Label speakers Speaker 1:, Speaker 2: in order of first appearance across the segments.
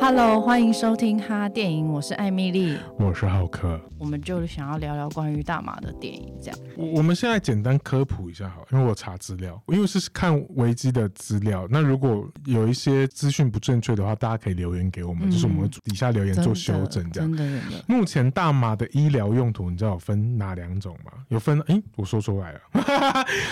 Speaker 1: Hello，欢迎收听哈电影，我是艾米丽。
Speaker 2: 我是浩克。
Speaker 1: 我们就想要聊聊关于大马的电影，这样。
Speaker 2: 我我们现在简单科普一下好了，因为我查资料，因为是看维基的资料。那如果有一些资讯不正确的话，大家可以留言给我们，
Speaker 1: 嗯
Speaker 2: 就是我们会底下留言
Speaker 1: 真
Speaker 2: 做
Speaker 1: 的
Speaker 2: 修正这样。
Speaker 1: 真的真的。
Speaker 2: 目前大麻的医疗用途，你知道有分哪两种吗？有分，诶，我说出来了，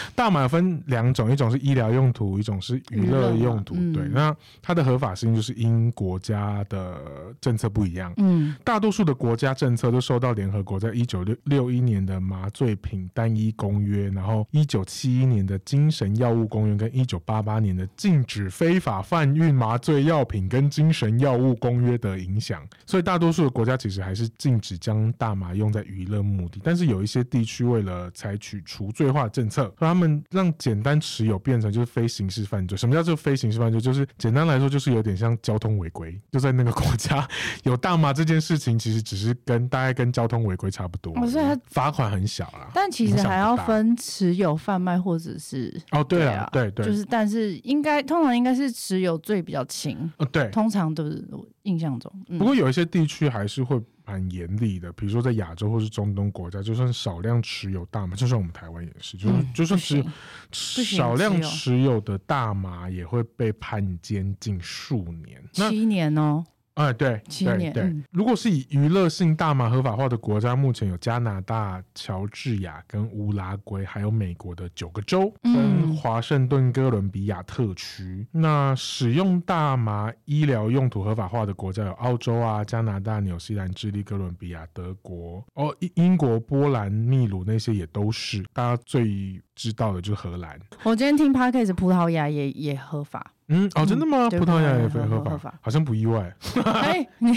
Speaker 2: 大麻有分两种，一种是医疗用途，一种是娱乐用途。
Speaker 1: 娱乐嘛嗯
Speaker 2: 对，那它的合法性就是因国家的政策不一样，
Speaker 1: 嗯
Speaker 2: 大多数的国家政策都受到联合国在一九六六一年的麻醉品单一公约，然后一九七一年的精神药物公约跟一九八八年的禁止非法贩运麻醉药品跟精神药物公约的影响。所以大多数的国家其实还是禁止将大麻用在娱乐目的，但是有一些地区为了采取除罪化政策，让他们让简单持有变成就是非刑事犯罪。什么叫做非刑事犯罪？就是简单来说，就是有点像交通违规，就在那个国家有大麻这件事情，其实只是跟大概跟交通违规差不多，
Speaker 1: 哦所以它
Speaker 2: 罚款很小啦。
Speaker 1: 但其实还要分持有、贩卖或者是。
Speaker 2: 哦，对
Speaker 1: 对
Speaker 2: 了
Speaker 1: 啊，
Speaker 2: 对对，
Speaker 1: 就是，但是应该通常应该是持有罪比较轻，
Speaker 2: 哦对。
Speaker 1: 通常都是我印象中。嗯
Speaker 2: 不过有一些地区还是会蛮严厉的，比如说在亚洲或是中东国家，就算少量持有大麻，就算我们台湾也是，就是、
Speaker 1: 嗯
Speaker 2: 就算是
Speaker 1: 不行行
Speaker 2: 少量持有的大麻也会被判监禁数年。那
Speaker 1: 七年哦，
Speaker 2: 哎，对，
Speaker 1: 七
Speaker 2: 对
Speaker 1: 年
Speaker 2: 对、
Speaker 1: 嗯
Speaker 2: 如果是以娱乐性大麻合法化的国家，目前有加拿大、乔治亚跟乌拉圭，还有美国的九个州跟
Speaker 1: 嗯
Speaker 2: 华盛顿哥伦比亚特区。那使用大麻医疗用途合法化的国家有澳洲啊、加拿大、纽西兰、智利、哥伦比亚、德国、哦英英国、波兰、秘鲁那些也都是。大家最知道的就是荷兰。
Speaker 1: 我今天听 podcast 葡萄牙也也合法，
Speaker 2: 嗯，哦，真的吗？
Speaker 1: 嗯对
Speaker 2: 葡萄牙也
Speaker 1: 葡萄牙
Speaker 2: 合
Speaker 1: 合合
Speaker 2: 法
Speaker 1: 法，
Speaker 2: 好像不意外。
Speaker 1: 哎， 你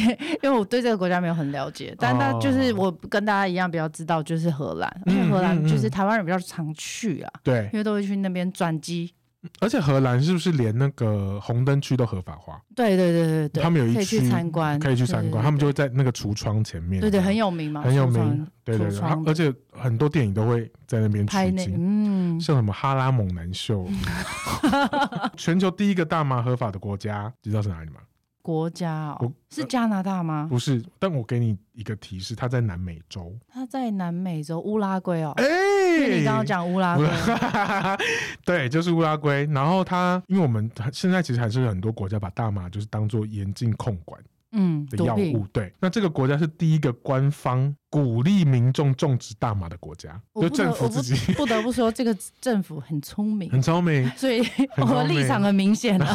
Speaker 1: 因为我对这个国家没有很了解，但那
Speaker 2: 哦
Speaker 1: 就是我跟大家一样比较知道就是荷兰，而且
Speaker 2: 嗯
Speaker 1: 荷兰就是台湾人比较常去啊，
Speaker 2: 对
Speaker 1: 因，为都会去那边转机。
Speaker 2: 而且荷兰是不是连那个红灯区都合法化？
Speaker 1: 对对对对对，
Speaker 2: 他们有一
Speaker 1: 可以去
Speaker 2: 区
Speaker 1: 参观，
Speaker 2: 可以去参
Speaker 1: 对
Speaker 2: 观，他们就会在那个橱窗前面，
Speaker 1: 对对对很有名嘛，
Speaker 2: 很有
Speaker 1: 出
Speaker 2: 名
Speaker 1: 访，
Speaker 2: 对对
Speaker 1: 橱
Speaker 2: 对，
Speaker 1: 窗
Speaker 2: 啊而且很多电影都会在那边
Speaker 1: 拍
Speaker 2: 取
Speaker 1: 那
Speaker 2: 景。
Speaker 1: 嗯，
Speaker 2: 像什么哈拉猛男秀， 全球第一个大麻合法的国家，知道是哪里吗？
Speaker 1: 国家哦
Speaker 2: 我，
Speaker 1: 是加拿大吗？
Speaker 2: 不是，但我给你一个提示，它在南美洲。
Speaker 1: 它在南美洲乌拉圭哦，
Speaker 2: 哎、
Speaker 1: 因为你刚刚讲乌拉圭，
Speaker 2: 对，就是乌拉圭。然后它，因为我们现在其实还是有很多国家把大麻就是当做严禁控管
Speaker 1: 嗯，
Speaker 2: 的
Speaker 1: 毒
Speaker 2: 药
Speaker 1: 品
Speaker 2: 物。对，那这个国家是第一个官方鼓励民众种植大麻的国家，
Speaker 1: 我
Speaker 2: 就
Speaker 1: 不得
Speaker 2: 政
Speaker 1: 我
Speaker 2: 府
Speaker 1: 不
Speaker 2: 自己
Speaker 1: 不得不说，这个政府很聪明，
Speaker 2: 很聪明。
Speaker 1: 所以我
Speaker 2: 很聪
Speaker 1: 立
Speaker 2: 明
Speaker 1: 场很明显了。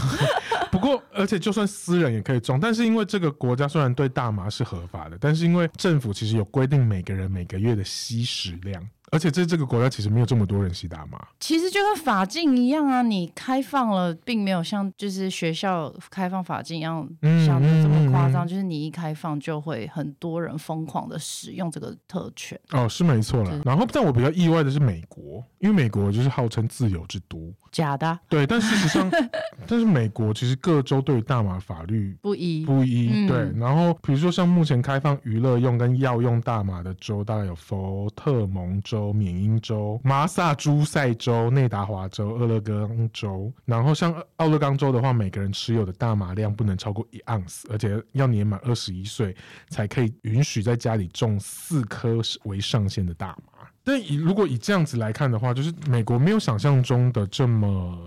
Speaker 2: 不过，而且就算私人也可以种，但是因为这个国家虽然对大麻是合法的，但是因为政府其实有规定每个人每个月的吸食量，而且这这个国家其实没有这么多人吸大麻。
Speaker 1: 其实就跟法禁一样啊，你开放了，并没有像就是学校开放法禁一样，
Speaker 2: 嗯
Speaker 1: 像这么夸张。
Speaker 2: 嗯嗯
Speaker 1: 就是你一开放，就会很多人疯狂的使用这个特权。
Speaker 2: 哦，是没错
Speaker 1: 对
Speaker 2: 啦。然后，但我比较意外的是美国，因为美国就是号称自由之都，
Speaker 1: 假的啊
Speaker 2: 对，但事实 上，但是美国其实各州对于大麻法律
Speaker 1: 不一，
Speaker 2: 不一，
Speaker 1: 嗯
Speaker 2: 对。然后比如说像目前开放娱乐用跟药用大麻的州，大概有佛特蒙州、缅因州、马萨诸塞州、内达华州、俄勒冈州。然后像奥勒冈州的话，每个人持有的大麻量不能超过一盎司，而且要年满二十一岁才可以允许在家里种四颗为上限的大麻。但以如果以这样子来看的话，就是美国没有想象中的这么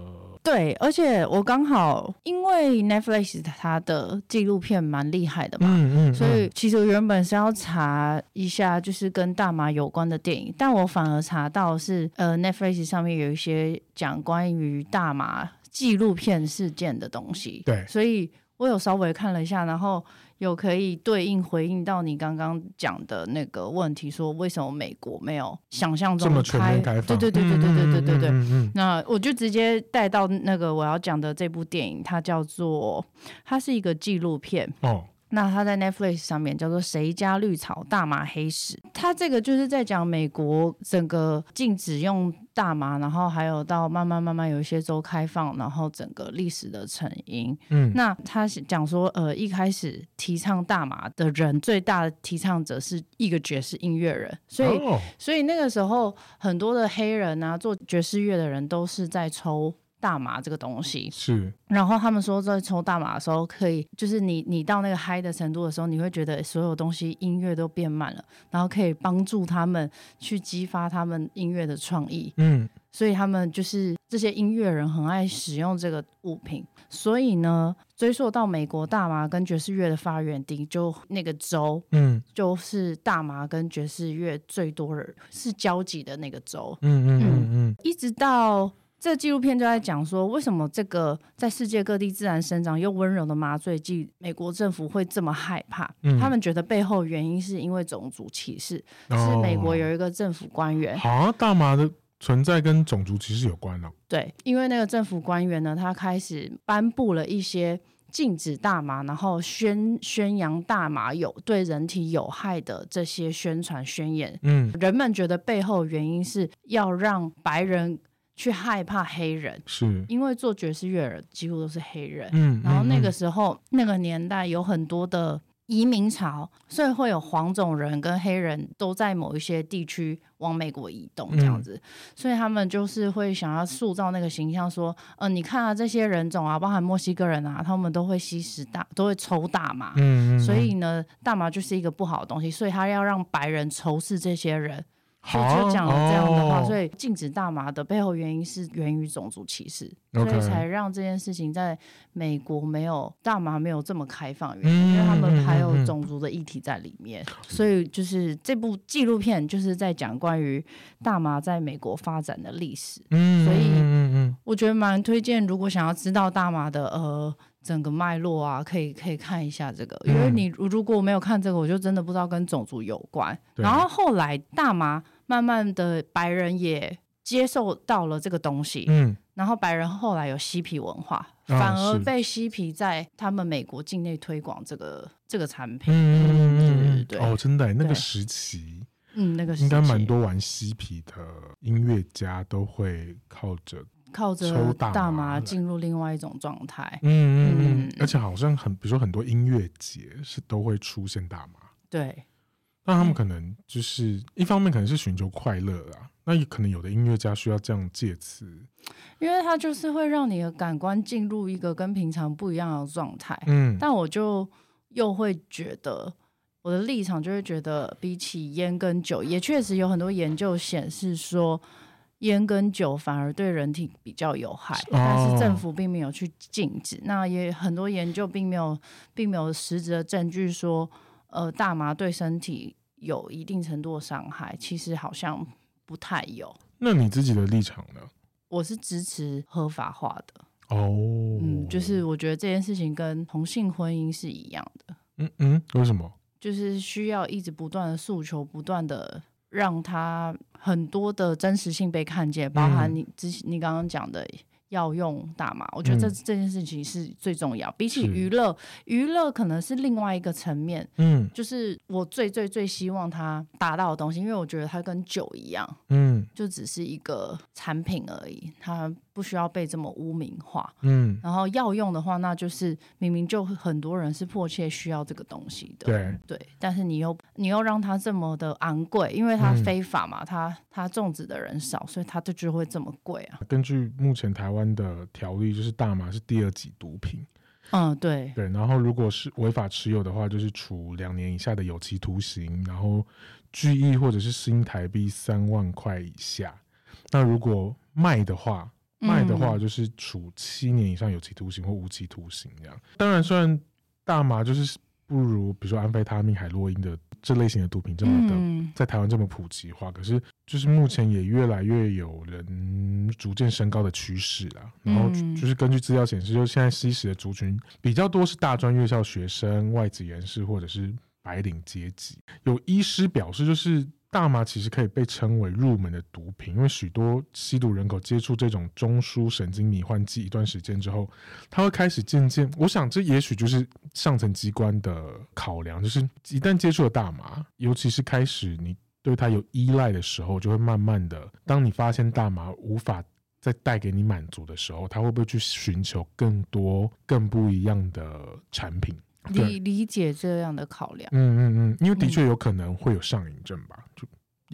Speaker 1: 对，而且我刚好因为 Netflix 它的纪录片蛮厉害的嘛，
Speaker 2: 嗯嗯，
Speaker 1: 所以其实我原本是要查一下，就是跟大麻有关的电影，但我反而查到是呃 Netflix 上面有一些讲关于大麻纪录片事件的东西。
Speaker 2: 对
Speaker 1: 所以我有稍微看了一下，然后有可以对应回应到你刚刚讲的那个问题，说为什么美国没有想象中
Speaker 2: 这么全面开
Speaker 1: 对
Speaker 2: 放，
Speaker 1: 对对对对对对对对。
Speaker 2: 嗯嗯嗯嗯嗯
Speaker 1: 那我就直接带到那个我要讲的这部电影，它叫做，它是一个纪录片，
Speaker 2: 哦，
Speaker 1: 那它在 Netflix 上面叫做《谁家绿草大麻黑史》，它这个就是在讲美国整个禁止用大麻，然后还有到慢慢慢慢有一些州开放，然后整个历史的成因。
Speaker 2: 嗯，
Speaker 1: 那他是讲说，呃，一开始提倡大麻的人，最大的提倡者是一个爵士音乐人，所以、
Speaker 2: 哦
Speaker 1: 所以那个时候很多的黑人啊，做爵士乐的人都是在抽大麻这个东西。
Speaker 2: 是
Speaker 1: 然后他们说，在抽大麻的时候，可以就是你你到那个嗨的程度的时候，你会觉得所有东西音乐都变慢了，然后可以帮助他们去激发他们音乐的创意。
Speaker 2: 嗯
Speaker 1: 所以他们就是这些音乐人很爱使用这个物品。所以呢，追溯到美国大麻跟爵士乐的发源地，就那个州
Speaker 2: 嗯
Speaker 1: 就是大麻跟爵士乐最多人是交集的那个州。
Speaker 2: 嗯嗯嗯嗯，
Speaker 1: 一直到这纪录片就在讲说，为什么这个在世界各地自然生长又温柔的麻醉剂，美国政府会这么害怕？
Speaker 2: 嗯
Speaker 1: 他们觉得背后原因是因为种族歧视，是美国有一个政府官员，
Speaker 2: 哦好、啊、大麻的存在跟种族歧视有关了、
Speaker 1: 对，因为那个政府官员呢，他开始颁布了一些。禁止大麻，然后宣宣扬大麻有对人体有害的这些宣传宣言，
Speaker 2: 嗯，
Speaker 1: 人们觉得背后原因是要让白人去害怕黑人，
Speaker 2: 是，
Speaker 1: 因为做爵士乐的几乎都是黑人，
Speaker 2: 嗯，
Speaker 1: 然后那个
Speaker 2: 嗯
Speaker 1: 时候那个年代有很多的移民潮，所以会有黄种人跟黑人都在某一些地区往美国移动这
Speaker 2: 嗯
Speaker 1: 样子，所以他们就是会想要塑造那个形象，说，呃，你看啊，这些人种啊，包含墨西哥人啊，他们都会吸食大，都会抽大麻。
Speaker 2: 嗯嗯嗯
Speaker 1: 所以呢，大麻就是一个不好的东西，所以他要让白人仇视这些人，
Speaker 2: 好
Speaker 1: 就
Speaker 2: 啊
Speaker 1: 就讲了这样的话，
Speaker 2: 哦、
Speaker 1: 所以禁止大麻的背后原因是源于种族歧视，所
Speaker 2: OK
Speaker 1: 以才让这件事情在美国没有大麻没有这么开放原
Speaker 2: 嗯
Speaker 1: 因，因为他
Speaker 2: 嗯
Speaker 1: 们
Speaker 2: 嗯
Speaker 1: 还有
Speaker 2: 嗯
Speaker 1: 种族的议题在里面，所以就是这部纪录片就是在讲关于大麻在美国发展的历史，
Speaker 2: 嗯，
Speaker 1: 所以
Speaker 2: 嗯嗯嗯
Speaker 1: 我觉得蛮推荐，如果想要知道大麻的呃。整个脉络啊，可以可以看一下这个，因为
Speaker 2: 嗯
Speaker 1: 你如果没有看这个，我就真的不知道跟种族有关。
Speaker 2: 对
Speaker 1: 然后后来大麻慢慢的白人也接受到了这个东西，
Speaker 2: 嗯
Speaker 1: 然后白人后来有嬉皮文化，
Speaker 2: 啊
Speaker 1: 反而
Speaker 2: 是
Speaker 1: 被嬉皮在他们美国境内推广这个这个产
Speaker 2: 嗯
Speaker 1: 品。
Speaker 2: 嗯嗯嗯
Speaker 1: 对
Speaker 2: 嗯
Speaker 1: 对对
Speaker 2: 哦，真的欸、那个
Speaker 1: 对
Speaker 2: 时期
Speaker 1: 嗯，那个时
Speaker 2: 应该蛮
Speaker 1: 期
Speaker 2: 多玩嬉皮的音乐家都会靠着，
Speaker 1: 靠
Speaker 2: 抽
Speaker 1: 着
Speaker 2: 大麻
Speaker 1: 大
Speaker 2: 来
Speaker 1: 麻进入另外一种状态。
Speaker 2: 嗯嗯嗯
Speaker 1: 嗯，
Speaker 2: 而且好像很，比如说很多音乐节是都会出现大麻，
Speaker 1: 对，
Speaker 2: 那他们可能就是一方面可能是寻求快乐啦，那也可能有的音乐家需要这样借此，
Speaker 1: 因为它就是会让你的感官进入一个跟平常不一样的状态。
Speaker 2: 嗯，
Speaker 1: 但我就又会觉得，我的立场就会觉得，比起烟跟酒，也确实有很多研究显示说，烟跟酒反而对人体比较有害，
Speaker 2: 哦
Speaker 1: 但是政府并没有去禁止。那也很多研究并没有，并没有实质的证据说，呃，大麻对身体有一定程度的伤害，其实好像不太有。
Speaker 2: 那你自己的立场呢？
Speaker 1: 我是支持合法化的，
Speaker 2: 哦，
Speaker 1: 嗯，就是我觉得这件事情跟同性婚姻是一样的。
Speaker 2: 嗯嗯，为什么？
Speaker 1: 就是需要一直不断的诉求，不断的让它很多的真实性被看见，包含
Speaker 2: 嗯
Speaker 1: 你之前你刚刚讲的药用大麻，我觉得这、
Speaker 2: 嗯
Speaker 1: 这件事情是最重要。比起
Speaker 2: 是
Speaker 1: 娱乐，娱乐可能是另外一个层面，
Speaker 2: 嗯
Speaker 1: 就是我最最最希望它达到的东西，因为我觉得它跟酒一样，
Speaker 2: 嗯
Speaker 1: 就只是一个产品而已，它不需要被这么污名化。
Speaker 2: 嗯，
Speaker 1: 然后药用的话，那就是明明就很多人是迫切需要这个东西的，
Speaker 2: 对，
Speaker 1: 对，但是你又你又让它这么的昂贵，因为它
Speaker 2: 嗯
Speaker 1: 非法嘛，它它种植的人少，所以它就就会这么贵啊。
Speaker 2: 根据目前台湾的条例，就是大麻是第二级毒品，
Speaker 1: 嗯，对，
Speaker 2: 对，然后如果是违法持有的话，就是处两年以下的有期徒刑，然后拘役或者是新台币三万块以下。那如果卖的话，卖的话
Speaker 1: 嗯
Speaker 2: 就是处七年以上有期徒刑或无期徒刑这样。当然，虽然大麻就是不如比如说安非他命、海洛因的这类型的毒品这么的、
Speaker 1: 嗯
Speaker 2: 在台湾这么普及化，可是就是目前也越来越有人逐渐升高的趋势啦。然后
Speaker 1: 嗯
Speaker 2: 就是根据资料显示，就是现在吸食的族群比较多是大专院校学生、外籍人士或者是白领阶级。有医师表示，就是。大麻其实可以被称为入门的毒品，因为许多吸毒人口接触这种中枢神经迷幻剂一段时间之后，他会开始渐渐，我想这也许就是上层机关的考量，就是一旦接触了大麻，尤其是开始你对它有依赖的时候，就会慢慢的，当你发现大麻无法再带给你满足的时候，他会不会去寻求更多、更不一样的产品？对，
Speaker 1: 理理解这样的考量。嗯
Speaker 2: 嗯嗯嗯，因为的确有可能会有上瘾症吧，就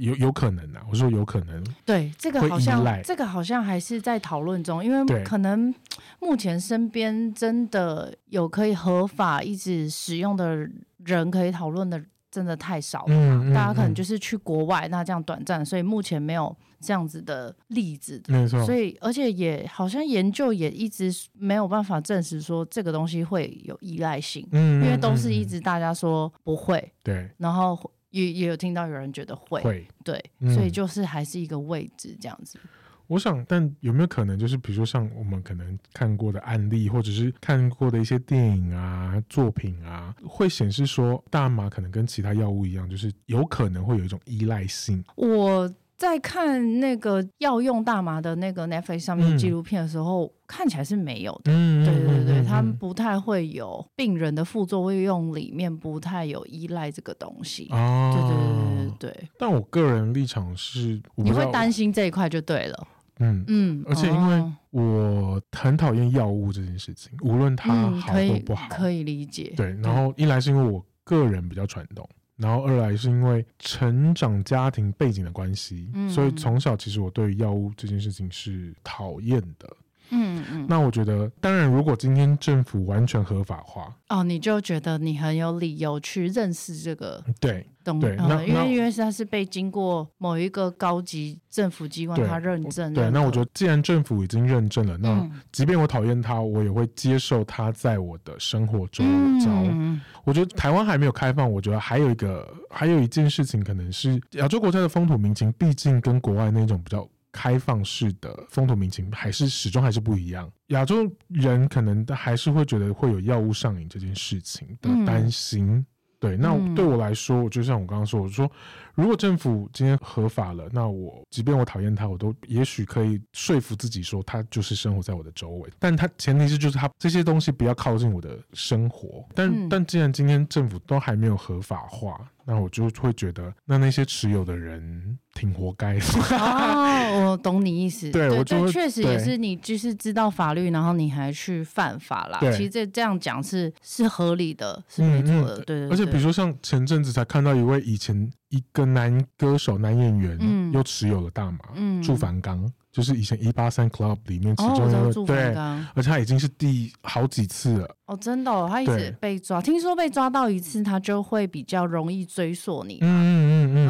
Speaker 2: 有有可能啊，我说有可能，
Speaker 1: 对，这个
Speaker 2: 会
Speaker 1: 好
Speaker 2: 依
Speaker 1: 像
Speaker 2: 赖
Speaker 1: 这个好像还是在讨论中，因
Speaker 2: 对
Speaker 1: 为可能目前身边真的有可以合法一直使用的人，可以讨论的真的太少了。
Speaker 2: 嗯，嗯
Speaker 1: 大家可能
Speaker 2: 嗯
Speaker 1: 就是去国外，那这样短暂，所以目前没有这样子的例子。
Speaker 2: 没错，
Speaker 1: 所以，而且也好像研究也一直没有办法证实说这个东西会有依赖性，
Speaker 2: 嗯，
Speaker 1: 因为
Speaker 2: 嗯
Speaker 1: 都
Speaker 2: 嗯
Speaker 1: 是一
Speaker 2: 嗯
Speaker 1: 直大家说不会，
Speaker 2: 对
Speaker 1: 然后也也有听到有人觉得会，
Speaker 2: 会。
Speaker 1: 对，
Speaker 2: 嗯
Speaker 1: 所以就是还是一个位置这样子。
Speaker 2: 我想，但有没有可能就是，比如说像我们可能看过的案例，或者是看过的一些电影啊、作品啊，会显示说大麻可能跟其他药物一样，就是有可能会有一种依赖性。
Speaker 1: 我在看那个药用大麻的那个 Netflix 上面
Speaker 2: 嗯
Speaker 1: 的纪录片的时候，看起来是没有的。
Speaker 2: 嗯，
Speaker 1: 对对对，他
Speaker 2: 他
Speaker 1: 们不太会有病人的副作用，里面不太有依赖这个东西。对对对
Speaker 2: 哦，
Speaker 1: 对对对，
Speaker 2: 但我个人立场是，我不
Speaker 1: 你
Speaker 2: 知道
Speaker 1: 会担心这一块就对了。
Speaker 2: 嗯。
Speaker 1: 嗯，
Speaker 2: 而且因为
Speaker 1: 哦
Speaker 2: 我很讨厌药物这件事情，无论它
Speaker 1: 嗯，
Speaker 2: 好
Speaker 1: 可
Speaker 2: 或
Speaker 1: 以
Speaker 2: 不好，
Speaker 1: 可以理解。
Speaker 2: 对，然后一来是因为我个人比较传统，然后二来是因为成长家庭背景的关系，
Speaker 1: 嗯
Speaker 2: 所以从小其实我对于药物这件事情是讨厌的。
Speaker 1: 嗯嗯，
Speaker 2: 那我觉得，当然，如果今天政府完全合法化，
Speaker 1: 哦，你就觉得你很有理由去认识这个
Speaker 2: 对
Speaker 1: 东西，
Speaker 2: 对那
Speaker 1: 嗯因
Speaker 2: 那
Speaker 1: 为因为它是被经过某一个高级政府机关
Speaker 2: 对
Speaker 1: 它认证。
Speaker 2: 对，那我觉
Speaker 1: 得，
Speaker 2: 得既然政府已经认证了，那
Speaker 1: 嗯
Speaker 2: 即便我讨厌它，我也会接受它在我的生活周遭。
Speaker 1: 嗯，
Speaker 2: 我觉得台湾还没有开放，我觉得还有一个，还有一件事情，可能是亚洲国家的风土民情，毕竟跟国外那种比较开放式的风土民情，还是始终还是不一样。亚洲人可能还是会觉得会有药物上瘾这件事情的
Speaker 1: 嗯
Speaker 2: 担心。对，那
Speaker 1: 嗯
Speaker 2: 对我来说，我就像我刚刚说，我说如果政府今天合法了，那我即便我讨厌它，我都也许可以说服自己说，它就是生活在我的周围。但它前提是就是它这些东西不要靠近我的生活。但、
Speaker 1: 嗯
Speaker 2: 但既然今天政府都还没有合法化，那我就会觉得，那那些持有的人挺活该的。
Speaker 1: 哦，我懂你意思。
Speaker 2: 对我就会
Speaker 1: 对，确实也
Speaker 2: 对
Speaker 1: 是你就是知道法律，然后你还去犯法啦
Speaker 2: 对。
Speaker 1: 其实这这样讲是是合理的，是
Speaker 2: 嗯
Speaker 1: 没错
Speaker 2: 嗯
Speaker 1: 的。对对对。
Speaker 2: 而且比如说像前阵子才看到一位以前一个男歌手、男演员，
Speaker 1: 嗯
Speaker 2: 又持有了大麻，
Speaker 1: 嗯
Speaker 2: 祝凡刚，就是以前一八三 club 里面其
Speaker 1: 哦，我
Speaker 2: 中
Speaker 1: 知
Speaker 2: 一
Speaker 1: 道
Speaker 2: 位，
Speaker 1: 祝
Speaker 2: 对
Speaker 1: 福，刚
Speaker 2: 而且他已经是第好几次了，
Speaker 1: 哦，真的、哦，他一
Speaker 2: 对
Speaker 1: 直被抓，听说被抓到一次，他就会比较容易追溯你。
Speaker 2: 嗯嗯嗯嗯嗯嗯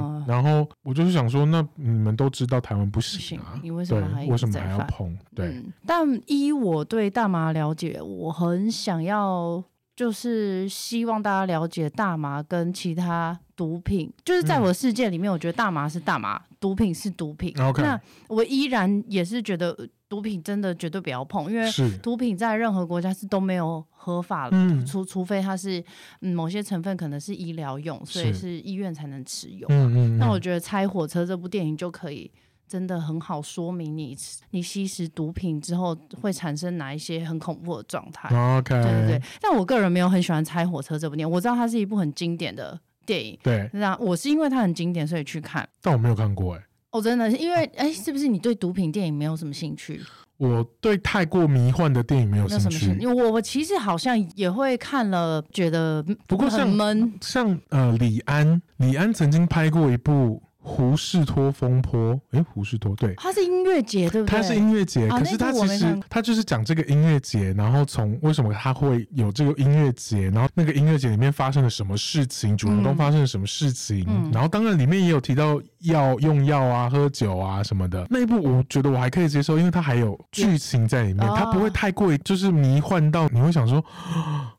Speaker 1: 哦。
Speaker 2: 然后我就是想说，那你们都知道台湾不
Speaker 1: 不
Speaker 2: 行
Speaker 1: 行
Speaker 2: 啊，，
Speaker 1: 你为什
Speaker 2: 对
Speaker 1: 么还，一
Speaker 2: 为
Speaker 1: 直
Speaker 2: 什么
Speaker 1: 在
Speaker 2: 还要
Speaker 1: 犯
Speaker 2: 碰？对，
Speaker 1: 嗯，但依我对大麻了解，我很想要，就是希望大家了解大麻跟其他毒品，就是在
Speaker 2: 嗯
Speaker 1: 我的世界里面，我觉得大麻是大麻，毒品是毒品。
Speaker 2: OK
Speaker 1: 那我依然也是觉得呃毒品真的绝对不要碰，因为
Speaker 2: 是，
Speaker 1: 毒品在任何国家是都没有合法的。
Speaker 2: 嗯
Speaker 1: 除除非它是、嗯、某些成分可能是医疗用，所以
Speaker 2: 是
Speaker 1: 是医院才能持有。
Speaker 2: 嗯嗯，
Speaker 1: 那
Speaker 2: 嗯
Speaker 1: 我觉得《拆火车》这部电影就可以真的很好说明你你吸食毒品之后会产生哪一些很恐怖的状态。
Speaker 2: 嗯 OK，
Speaker 1: 对对对，但我个人没有很喜欢《拆火车》这部电影，我知道它是一部很经典的电影，
Speaker 2: 对，
Speaker 1: 那我是因为它很经典所以去看。
Speaker 2: 但我没有看过哎。
Speaker 1: 哦，真的是因为哎，是不是你对毒品电影没有什么兴趣？
Speaker 2: 我对太过迷幻的电影没有
Speaker 1: 没有
Speaker 2: 兴
Speaker 1: 什么兴趣，
Speaker 2: 趣，
Speaker 1: 因为我我其实好像也会看了，觉得
Speaker 2: 不过
Speaker 1: 很
Speaker 2: 像
Speaker 1: 闷。
Speaker 2: 像呃李安，李安曾经拍过一部《胡适托风波》，诶，胡适托对，
Speaker 1: 它是音乐节，对不对？
Speaker 2: 他是音乐节，
Speaker 1: 啊
Speaker 2: 可是
Speaker 1: 那
Speaker 2: 他
Speaker 1: 部
Speaker 2: 其
Speaker 1: 我没
Speaker 2: 实
Speaker 1: 看过
Speaker 2: 他就是讲这个音乐节，然后从为什么他会有这个音乐节，然后那个音乐节里面发生了什么事情，主人公
Speaker 1: 嗯
Speaker 2: 发生了什么事情，
Speaker 1: 嗯
Speaker 2: 然后当然里面也有提到药用药啊、喝酒啊什么的。那一部我觉得我还可以接受，因为它还有剧情在里面，
Speaker 1: 哦
Speaker 2: 它不会太过于就是迷幻到你会想说啊，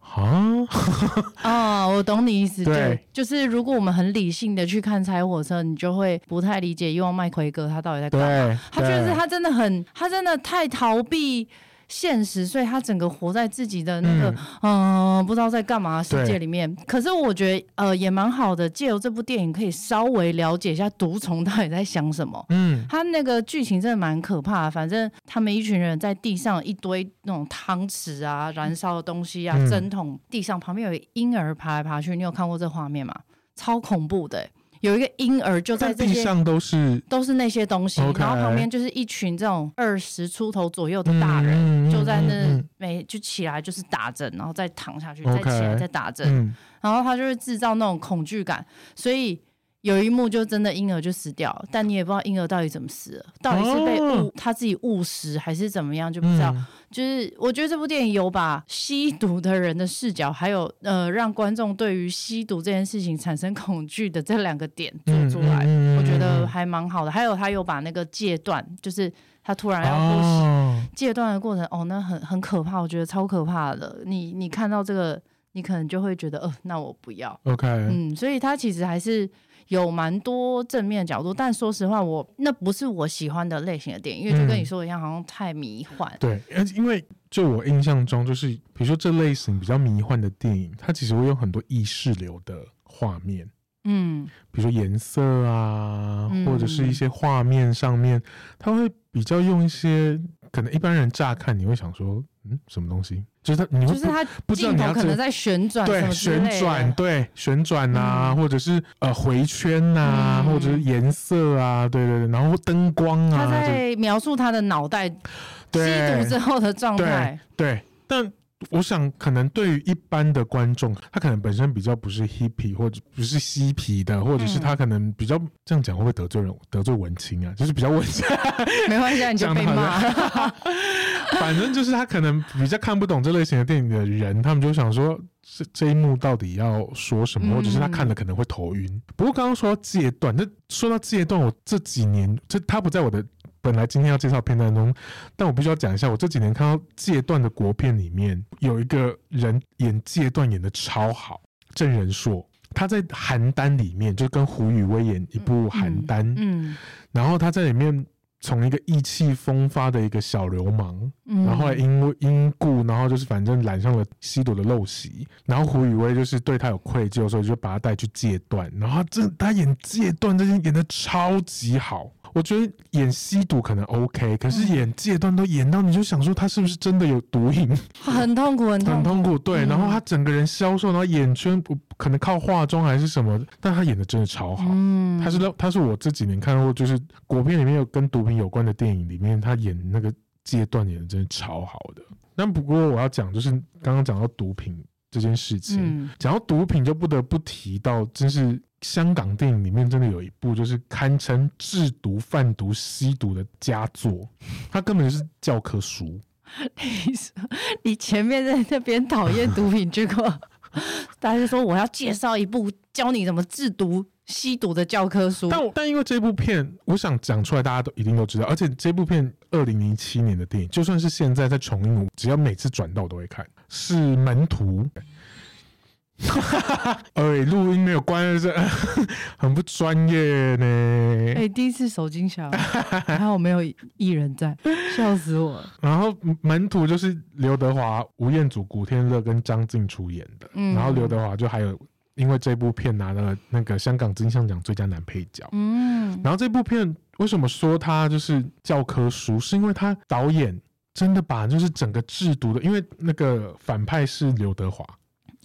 Speaker 1: 哦，我懂你意思。
Speaker 2: 对
Speaker 1: 就是如果我们很理性的去看《拆火车》，你就会不太理解以往麦奎格他到底在干嘛。
Speaker 2: 对，
Speaker 1: 他就是
Speaker 2: 对
Speaker 1: 他真的很，他真的太逃避现实，所以他整个活在自己的那个嗯、呃不知道在干嘛的世
Speaker 2: 对
Speaker 1: 界里面。可是我觉得呃也蛮好的，借由这部电影可以稍微了解一下毒虫到底在想什么。
Speaker 2: 嗯
Speaker 1: 他那个剧情真的蛮可怕的，反正他们一群人在地上一堆那种汤匙啊、燃烧的东西啊、
Speaker 2: 嗯
Speaker 1: 针筒，地上旁边有一婴儿爬来爬去，你有看过这画面吗？超恐怖的欸、有一个婴儿就在
Speaker 2: 在
Speaker 1: 这
Speaker 2: 地
Speaker 1: 些。
Speaker 2: 上都是
Speaker 1: 都是那些东西
Speaker 2: OK
Speaker 1: 然后旁边就是一群这种二十出头左右的大人，
Speaker 2: 人
Speaker 1: 就在那
Speaker 2: 嗯
Speaker 1: 每就起来就是打针，然后再躺下去
Speaker 2: OK
Speaker 1: 再起来再打针
Speaker 2: 嗯
Speaker 1: 然后他就会制造那种恐惧感，所以有一幕就真的婴儿就死掉了，但你也不知道婴儿到底怎么死了，到底是被误、
Speaker 2: 哦
Speaker 1: 他自己误食还是怎么样，就不知道。
Speaker 2: 嗯，
Speaker 1: 就是我觉得这部电影有把吸毒的人的视角，还有呃让观众对于吸毒这件事情产生恐惧的这两个点做出来，
Speaker 2: 嗯嗯嗯嗯
Speaker 1: 我觉得
Speaker 2: 嗯
Speaker 1: 还蛮好的。还有他有把那个戒断，就是他突然要呼吸。
Speaker 2: 哦，
Speaker 1: 戒断的过程，哦，那很很可怕，我觉得超可怕的。你你看到这个，你可能就会觉得，呃，那我不要。
Speaker 2: OK，
Speaker 1: 嗯，所以它其实还是有蛮多正面角度，但说实话我，那不是我喜欢的类型的电影，因为就跟你说的一样，好像太迷幻。
Speaker 2: 嗯对，而且因为就我印象中，就是比如说这类型比较迷幻的电影，它其实会有很多意识流的画面，
Speaker 1: 嗯，
Speaker 2: 比如说颜色啊，
Speaker 1: 嗯
Speaker 2: 或者是一些画面上面，它会比较用一些可能一般人乍看你会想说，嗯，什么东西？就是它，你会
Speaker 1: 就
Speaker 2: 不
Speaker 1: 是它
Speaker 2: 不知道
Speaker 1: 镜
Speaker 2: 你
Speaker 1: 头
Speaker 2: 要
Speaker 1: 可
Speaker 2: 这
Speaker 1: 能在旋转什
Speaker 2: 对
Speaker 1: 么之类
Speaker 2: 旋
Speaker 1: 的
Speaker 2: 转，对旋转啊，
Speaker 1: 嗯
Speaker 2: 或者是呃回圈啊，
Speaker 1: 嗯
Speaker 2: 或者是颜色啊，对对对，然后灯光
Speaker 1: 他
Speaker 2: 啊，这
Speaker 1: 在描述他的脑袋吸
Speaker 2: 对
Speaker 1: 毒之后的状态。
Speaker 2: 对，但我想可能对于一般的观众，他可能本身比较不是 hippy 或者不是嬉皮的，或者是
Speaker 1: 嗯
Speaker 2: 他可能比较这样讲会不会得罪人得罪文青啊？就是比较文青，
Speaker 1: 没关系啊，你就
Speaker 2: 讲得
Speaker 1: 被
Speaker 2: 好
Speaker 1: 骂。
Speaker 2: 反正就是他可能比较看不懂这类型的电影的人，他们就想说。这这一幕到底要说什么，
Speaker 1: 嗯
Speaker 2: 或者是他看了可能会头晕。不过刚刚说到戒断，那说到戒断，我这几年这他不在我的本来今天要介绍的片段中，但我必须要讲一下，我这几年看到戒断的国片里面有一个人演戒断演的超好，郑仁硕。他在《邯郸》里面，就跟胡宇威演一部《邯郸》
Speaker 1: 嗯
Speaker 2: 然后他在里面从一个意气风发的一个小流氓，
Speaker 1: 嗯，
Speaker 2: 然后后来因为因故，然后就是反正染上了吸毒的陋习，然后胡宇威就是对他有愧疚，所以就把他带去戒断，然后他真他演戒断这些演的超级好。我觉得演吸毒可能 OK，可是演戒断都演到你就想说他是不是真的有毒瘾，
Speaker 1: 很痛苦，很
Speaker 2: 很
Speaker 1: 痛苦。
Speaker 2: 痛苦。对，
Speaker 1: 嗯
Speaker 2: 然后他整个人消瘦，然后眼圈不可能靠化妆还是什么，但他演的真的超好。
Speaker 1: 嗯，
Speaker 2: 他是让他是我这几年看过，就是国片里面有跟毒品有关的电影里面，他演那个阶段演的真的超好的。但不过我要讲，就是刚刚讲到毒品这件事情，
Speaker 1: 嗯
Speaker 2: 讲、到毒品就不得不提到，真是香港电影里面真的有一部，就是堪称制毒、贩毒、吸毒的佳作，它根本就是教科书。
Speaker 1: 你说你前面在那边讨厌毒品，结 果大家就说我要介绍一部教你怎么制毒、吸毒的教科书。
Speaker 2: 但我但因为这部片，我想讲出来，大家都一定都知道。而且这部片二零零七年的电影，就算是现在在重映，我只要每次转到我都会看。是《门徒》 哎，录音没有关，这 很不专业呢。
Speaker 1: 哎、第一次手机响， 还好没有艺人在，笑死我了。
Speaker 2: 然后《门徒》就是刘德华、吴彦祖、古天乐跟张晋出演的，
Speaker 1: 嗯
Speaker 2: 然后刘德华就还有因为这部片拿了那个香港金像奖最佳男配角。
Speaker 1: 嗯，
Speaker 2: 然后这部片为什么说它就是教科书，是因为它导演真的把就是整个制毒的，因为那个反派是刘德华，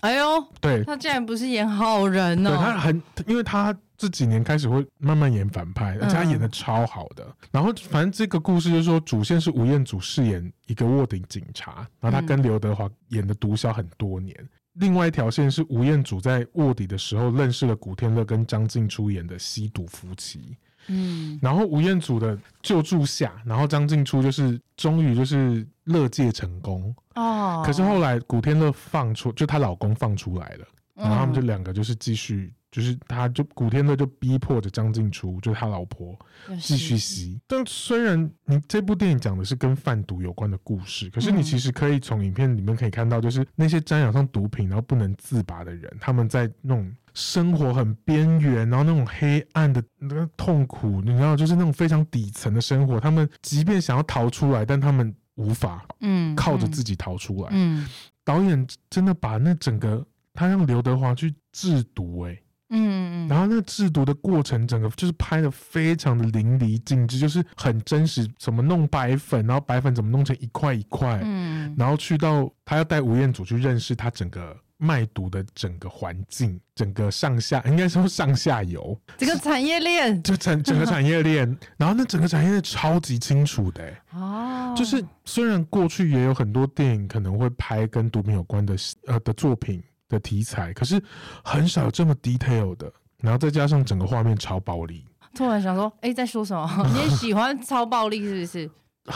Speaker 1: 哎呦，
Speaker 2: 对，
Speaker 1: 他竟然不是演好人
Speaker 2: 对他
Speaker 1: 哦。
Speaker 2: 很，因为他这几年开始会慢慢演反派，而且他演的超好的。然后反正这个故事就是说，主线是吴彦祖饰演一个卧底警察，然后他跟刘德华演的毒枭很多年。另外一条线是吴彦祖在卧底的时候认识了古天乐跟张晋出演的吸毒夫妻，
Speaker 1: 嗯
Speaker 2: 然后吴彦祖的救助下，然后张静初就是终于就是乐界成功。
Speaker 1: 哦，
Speaker 2: 可是后来古天乐放出，就她老公放出来了，然后他们就
Speaker 1: 嗯
Speaker 2: 两个就是继续，就是他就古天乐就逼迫着张静初，就是他老婆继续吸。嗯但虽然你这部电影讲的是跟贩毒有关的故事，可是你
Speaker 1: 嗯
Speaker 2: 其实可以从影片里面可以看到，就是那些沾染上毒品然后不能自拔的人，他们在那种生活很边缘，然后那种黑暗的那个痛苦，你知道，就是那种非常底层的生活，他们即便想要逃出来，但他们无法
Speaker 1: 嗯
Speaker 2: 靠着自
Speaker 1: 己，
Speaker 2: 己逃出来。
Speaker 1: 嗯
Speaker 2: 导演真的把那整个他让刘德华去制毒、欸，
Speaker 1: 嗯嗯，
Speaker 2: 然
Speaker 1: 后
Speaker 2: 后那个制毒的过程，整个就是拍的非常的淋漓尽致，就是很真实，怎么弄白粉，然后白粉怎么弄成一块一块，
Speaker 1: 嗯
Speaker 2: 然后去到他要带吴彦祖去认识他整个卖毒的整个环境，整个上下应该说上下游，
Speaker 1: 这个产业 链
Speaker 2: 就整整个产业链，然后那整个产业链超级清楚的欸、
Speaker 1: 哦，
Speaker 2: 就是虽然过去也有很多电影可能会拍跟毒品有关的呃的作品的题材，可是很少有这么 detail 的。然后再加上整个画面超暴力，
Speaker 1: 突然想说，哎，在说什么？ 你也喜欢超暴力是不是？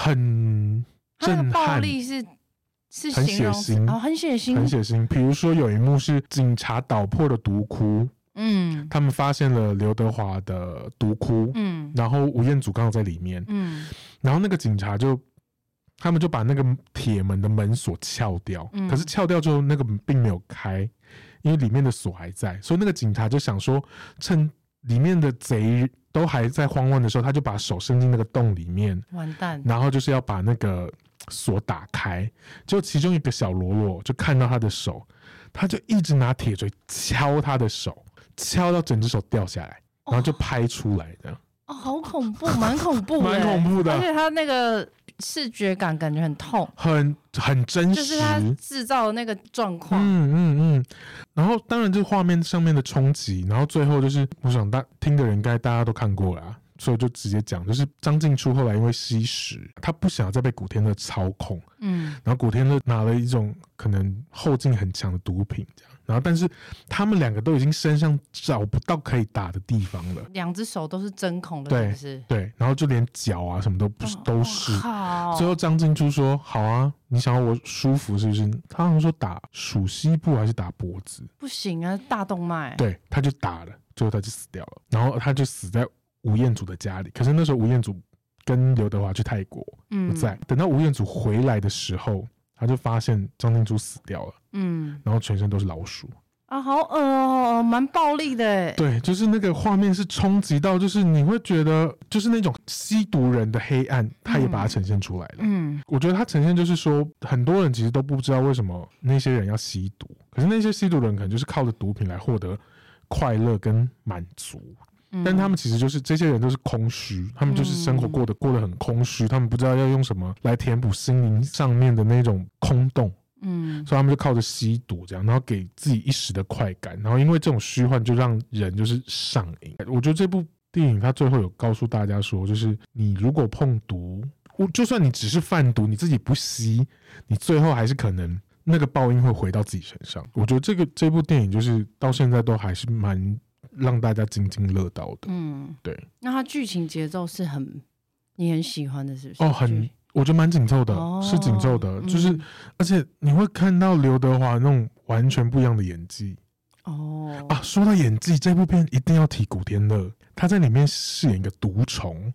Speaker 2: 很
Speaker 1: 他的
Speaker 2: 震
Speaker 1: 啊暴
Speaker 2: 撼
Speaker 1: 力是是
Speaker 2: 很
Speaker 1: 形容词
Speaker 2: 血腥
Speaker 1: 哦，很血腥，
Speaker 2: 很血腥。比如说有一幕是警察捣破了毒窟，
Speaker 1: 嗯
Speaker 2: 他们发现了刘德华的毒窟，
Speaker 1: 嗯
Speaker 2: 然后吴彦祖刚好在里面，
Speaker 1: 嗯
Speaker 2: 然后那个警察就。他们就把那个铁门的门锁撬掉，
Speaker 1: 嗯
Speaker 2: 可是撬掉之后那个门并没有开，因为里面的锁还在，所以那个警察就想说，趁里面的贼都还在慌乱的时候，他就把手伸进那个洞里面，
Speaker 1: 完蛋，
Speaker 2: 然后就是要把那个锁打开，就其中一个小喽啰就看到他的手，他就一直拿铁锤敲他的手，敲到整只手掉下来，然后就拍出来的，
Speaker 1: 哦，好恐怖，蛮恐怖的，
Speaker 2: 蛮恐怖
Speaker 1: 而
Speaker 2: 的，
Speaker 1: 且他那个视觉感感觉很痛，
Speaker 2: 很很真
Speaker 1: 就是
Speaker 2: 实。
Speaker 1: 他制造的那个状况，
Speaker 2: 嗯嗯嗯，然后当然这画面上面的冲击，然后最后就是我想大听的人应该大家都看过了啊、所以就直接讲，就是张静初后来因为吸食，他不想再被古天乐操控，
Speaker 1: 嗯
Speaker 2: 然后古天乐拿了一种可能后劲很强的毒品，这样，然后但是他们两个都已经身上找不到可以打的地方了，
Speaker 1: 两只手都是针孔的，
Speaker 2: 对
Speaker 1: 是不是？
Speaker 2: 对，然后就连脚啊什么都不是、
Speaker 1: 哦
Speaker 2: 都是。
Speaker 1: 好，
Speaker 2: 最后张静初说：“好啊，你想要我舒服是不是？”他好像说打属膝部还是打脖子，
Speaker 1: 不行啊，大动脉，
Speaker 2: 对，他就打了，最后他就死掉了，然后他就死在吴彦祖的家里。可是那时候吴彦祖跟刘德华去泰国不
Speaker 1: 嗯，
Speaker 2: 在，等到吴彦祖回来的时候，他就发现张静初死掉了，
Speaker 1: 嗯
Speaker 2: 然后全身都是老鼠。
Speaker 1: 啊，好恶哦，蛮暴力的欸，
Speaker 2: 对，就是那个画面是冲击到，就是你会觉得，就是那种吸毒人的黑暗，他也把它呈现出来了。
Speaker 1: 嗯
Speaker 2: 我觉得它呈现就是说，很多人其实都不知道为什么那些人要吸毒，可是那些吸毒人可能就是靠着毒品来获得快乐跟满足，
Speaker 1: 嗯，
Speaker 2: 但他们其实就是这些人都是空虚，他们就是生活过得过得很空虚，他们不知道要用什么来填补心灵上面的那种空洞，
Speaker 1: 嗯
Speaker 2: 所以他们就靠着吸毒这样，然后给自己一时的快感，然后因为这种虚幻就让人就是上瘾。我觉得这部电影它最后有告诉大家说，就是你如果碰毒，我就算你只是贩毒，你自己不吸，你最后还是可能那个报应会回到自己身上。我觉得这个这部电影就是到现在都还是蛮让大家津津乐道的。
Speaker 1: 嗯，
Speaker 2: 对，
Speaker 1: 那它剧情节奏是很你很喜欢的，是不是？
Speaker 2: 哦，
Speaker 1: 剧
Speaker 2: 很。我觉得蛮紧凑的，
Speaker 1: 哦
Speaker 2: 是紧凑的，就是、
Speaker 1: 嗯
Speaker 2: 而且你会看到刘德华那种完全不一样的演技，
Speaker 1: 哦
Speaker 2: 啊，说到演技，这部片一定要提古天乐，他在里面饰演一个毒虫，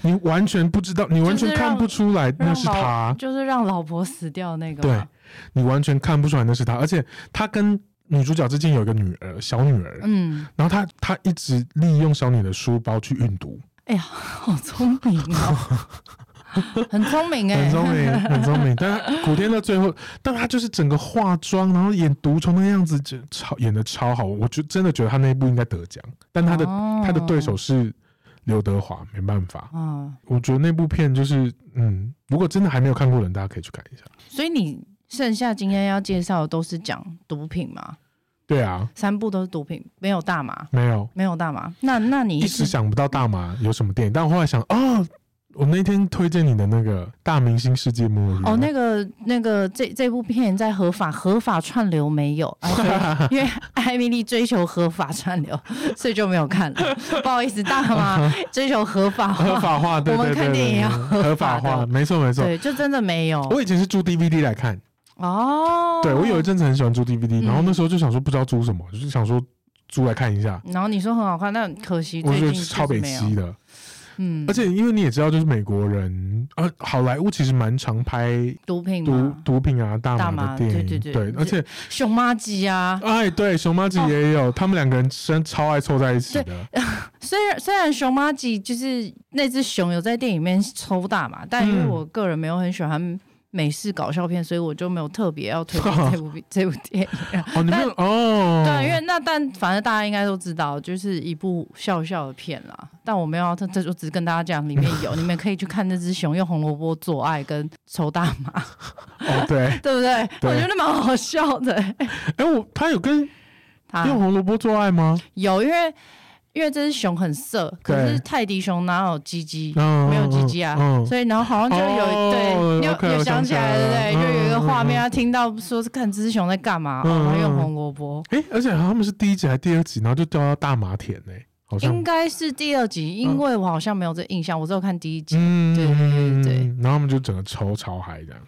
Speaker 2: 你完全不知道，你完全看不出来那是他，
Speaker 1: 就是让老婆死掉那个
Speaker 2: 对
Speaker 1: 嘛，
Speaker 2: 你完全看不出来那是他，而且他跟女主角之间有一个女儿，小女儿，
Speaker 1: 嗯，
Speaker 2: 然后他他一直利用小女儿的书包去运毒，
Speaker 1: 哎呀，好聪明哦，很聪明 哎、
Speaker 2: 很聪明，很聪明。但他古天乐最后，但他就是整个化妆，然后演毒虫的样子，就超演的超好，我就真的觉得他那一部应该得奖，但他的、
Speaker 1: 哦
Speaker 2: 他的对手是刘德华，没办法。
Speaker 1: 啊，
Speaker 2: 我觉得那部片就是，嗯，如果真的还没有看过的人，大家可以去看一下。
Speaker 1: 所以你剩下今天要介绍的都是讲毒品嘛？
Speaker 2: 对啊，
Speaker 1: 三部都是毒品，没有大麻，
Speaker 2: 没有，
Speaker 1: 没有大麻。那那你
Speaker 2: 一
Speaker 1: 是
Speaker 2: 时想不到大麻有什么电影，但我后来想，哦，我那天推荐你的那个《大明星世界末日》
Speaker 1: 哦，那个那个这这部片在合法合法串流没 有，啊、所以因为艾米丽追求合法串流，所以就没有看了。 不好意思，大麻 追求合法化
Speaker 2: 合法化，对
Speaker 1: 我们
Speaker 2: 对对
Speaker 1: 看电影
Speaker 2: 对
Speaker 1: 要
Speaker 2: 对合法
Speaker 1: 合法
Speaker 2: 化，
Speaker 1: 的
Speaker 2: 没错没错。
Speaker 1: 对，就真的没有
Speaker 2: 我以前是租 DVD 来看，
Speaker 1: 哦。
Speaker 2: 对我有一阵子很喜欢租 DVD，
Speaker 1: 嗯
Speaker 2: 然后那时候就想说不知道租什么，就是想说租来看一下，
Speaker 1: 然后你说很好看，但可惜
Speaker 2: 我
Speaker 1: 最
Speaker 2: 觉
Speaker 1: 近
Speaker 2: 得
Speaker 1: 就是
Speaker 2: 超北
Speaker 1: 没有
Speaker 2: 西的，
Speaker 1: 嗯，
Speaker 2: 而且因为你也知道，就是美国人，呃，好莱坞其实蛮常拍
Speaker 1: 毒品
Speaker 2: 毒
Speaker 1: 嘛，
Speaker 2: 毒品啊、大
Speaker 1: 大
Speaker 2: 麻
Speaker 1: 麻
Speaker 2: 的电影，
Speaker 1: 对对对
Speaker 2: 而且
Speaker 1: 熊妈鸡啊。
Speaker 2: 哎，对，熊猫姐
Speaker 1: 哦
Speaker 2: 也有，他们两个人真超爱凑在一起的。
Speaker 1: 虽然虽然熊妈吉就是那只熊有在电影里面抽大麻，但因为
Speaker 2: 嗯
Speaker 1: 我个人没有很喜欢美式搞笑片，所以我就没有特别要推荐这 部这部电影啊。
Speaker 2: 哦，你们哦，
Speaker 1: 对，因为那但反正大家应该都知道，就是一部笑笑的片啦。但我没有要，这这就只是跟大家讲里面 有，你们可以去看那只熊用红萝卜做爱跟抽大麻，
Speaker 2: 哦对，
Speaker 1: 对不对？
Speaker 2: 对
Speaker 1: 我觉得蛮好笑的、欸
Speaker 2: 哎，我他有跟
Speaker 1: 他
Speaker 2: 用红萝卜做爱吗？
Speaker 1: 有，因为因为这只熊很色，可是
Speaker 2: 对
Speaker 1: 泰迪熊哪有鸡鸡？
Speaker 2: 嗯，
Speaker 1: 没有鸡鸡啊
Speaker 2: 嗯，
Speaker 1: 所以然后好像就有、
Speaker 2: 哦
Speaker 1: 对，你有、
Speaker 2: OK，
Speaker 1: 有
Speaker 2: 我
Speaker 1: 想
Speaker 2: 想
Speaker 1: 起
Speaker 2: 起
Speaker 1: 来
Speaker 2: 来
Speaker 1: 了，对，
Speaker 2: 了
Speaker 1: 就有一个
Speaker 2: 嗯嗯
Speaker 1: 画画面，他啊听到说是看知雄在干嘛，
Speaker 2: 嗯
Speaker 1: 哦，他
Speaker 2: 嗯
Speaker 1: 用
Speaker 2: 嗯
Speaker 1: 红萝卜。
Speaker 2: 哎、而且好像他们是第一集还是第二集，然后就掉到大麻田呢、好像
Speaker 1: 应该是第二集，因为我好像没有这印象，我只有看第一集。
Speaker 2: 嗯，
Speaker 1: 对对对对
Speaker 2: 然后他们就整个抽潮海这样，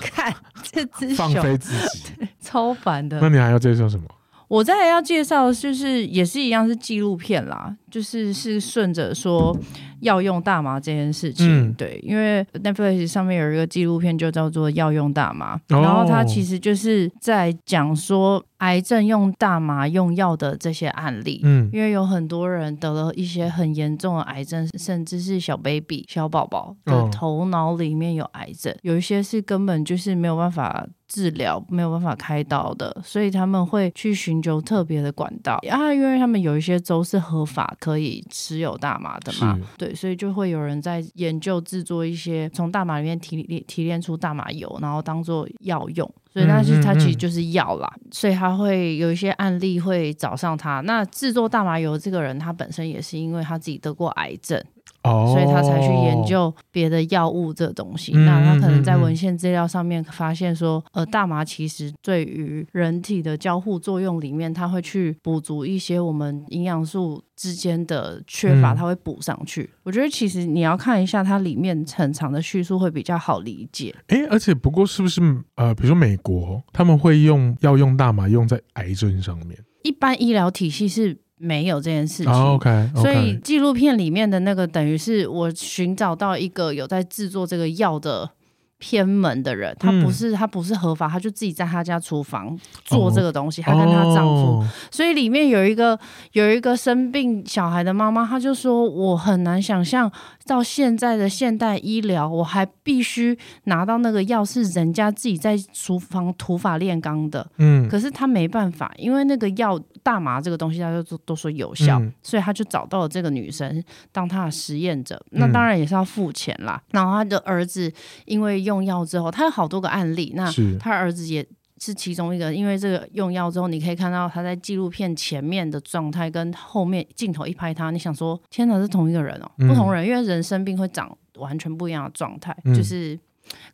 Speaker 1: 看这只
Speaker 2: 放
Speaker 1: 熊
Speaker 2: 飞自 己。
Speaker 1: 超烦的
Speaker 2: 那。你还要介绍什么？
Speaker 1: 我再来要介绍的就是也是一样是纪录片啦，就是是顺着说要用大麻这件事情，
Speaker 2: 嗯
Speaker 1: 对，因为 Netflix 上面有一个纪录片就叫做《要用大麻》，
Speaker 2: 哦
Speaker 1: 然后它其实就是在讲说癌症用大麻用药的这些案例。
Speaker 2: 嗯
Speaker 1: 因为有很多人得了一些很严重的癌症，甚至是小 baby、小宝宝
Speaker 2: 哦
Speaker 1: 的头脑里面有癌症，有一些是根本就是没有办法治疗、没有办法开刀的，所以他们会去寻求特别的管道啊，因为他们有一些州是合法可以持有大麻的嘛
Speaker 2: 是，
Speaker 1: 对，所以就会有人在研究制作一些从大麻里面提炼提炼出大麻油，然后当做药用。所以那
Speaker 2: 嗯嗯
Speaker 1: 是它其实
Speaker 2: 嗯
Speaker 1: 就是药啦，所以他会有一些案例会找上他。那制作大麻油这个人，他本身也是因为他自己得过癌症，
Speaker 2: 哦，
Speaker 1: 所以他才去研。究别的药物这东西。
Speaker 2: 嗯
Speaker 1: 那他可能在
Speaker 2: 嗯嗯嗯
Speaker 1: 文献资料上面发现说，呃，大麻其实对于人体的交互作用里面，它会去补足一些我们营养素之间的缺乏，
Speaker 2: 嗯
Speaker 1: 它会补上去。我觉得其实你要看一下它里面很长的叙述会比较好理解。
Speaker 2: 哎、而且不过是不是呃，比如说美国，他们会用要用大麻用在癌症上面。
Speaker 1: 一般医疗体系是没有这件事情。
Speaker 2: 哦、OK，, o k
Speaker 1: 所以纪录片里面的那个，等于是我寻找到一个有在制作这个药的偏门的人，他
Speaker 2: 嗯
Speaker 1: 不是、他不是合法，他就自己在他家厨房做这个东西，他跟她丈夫。
Speaker 2: 哦
Speaker 1: 所以里面有一个有一个生病小孩的妈妈，她就说：“我很难想象到现在的现代医疗，我还必须拿到那个药是人家自己在厨房土法炼钢的。”
Speaker 2: 嗯，
Speaker 1: 可是他没办法，因为那个药大麻这个东西，大家都都说有效，
Speaker 2: 嗯
Speaker 1: 所以他就找到了这个女生当他的实验者。
Speaker 2: 嗯
Speaker 1: 那当然也是要付钱啦。然后他的儿子因为用药之后，他有好多个案例，那
Speaker 2: 是
Speaker 1: 他儿子也。是其中一个，因为这个用药之后，你可以看到他在纪录片前面的状态跟后面镜头一拍他，你想说天哪，是同一个人哦、
Speaker 2: 嗯
Speaker 1: 不同人，因为人生病会长完全不一样的状态，
Speaker 2: 嗯
Speaker 1: 就是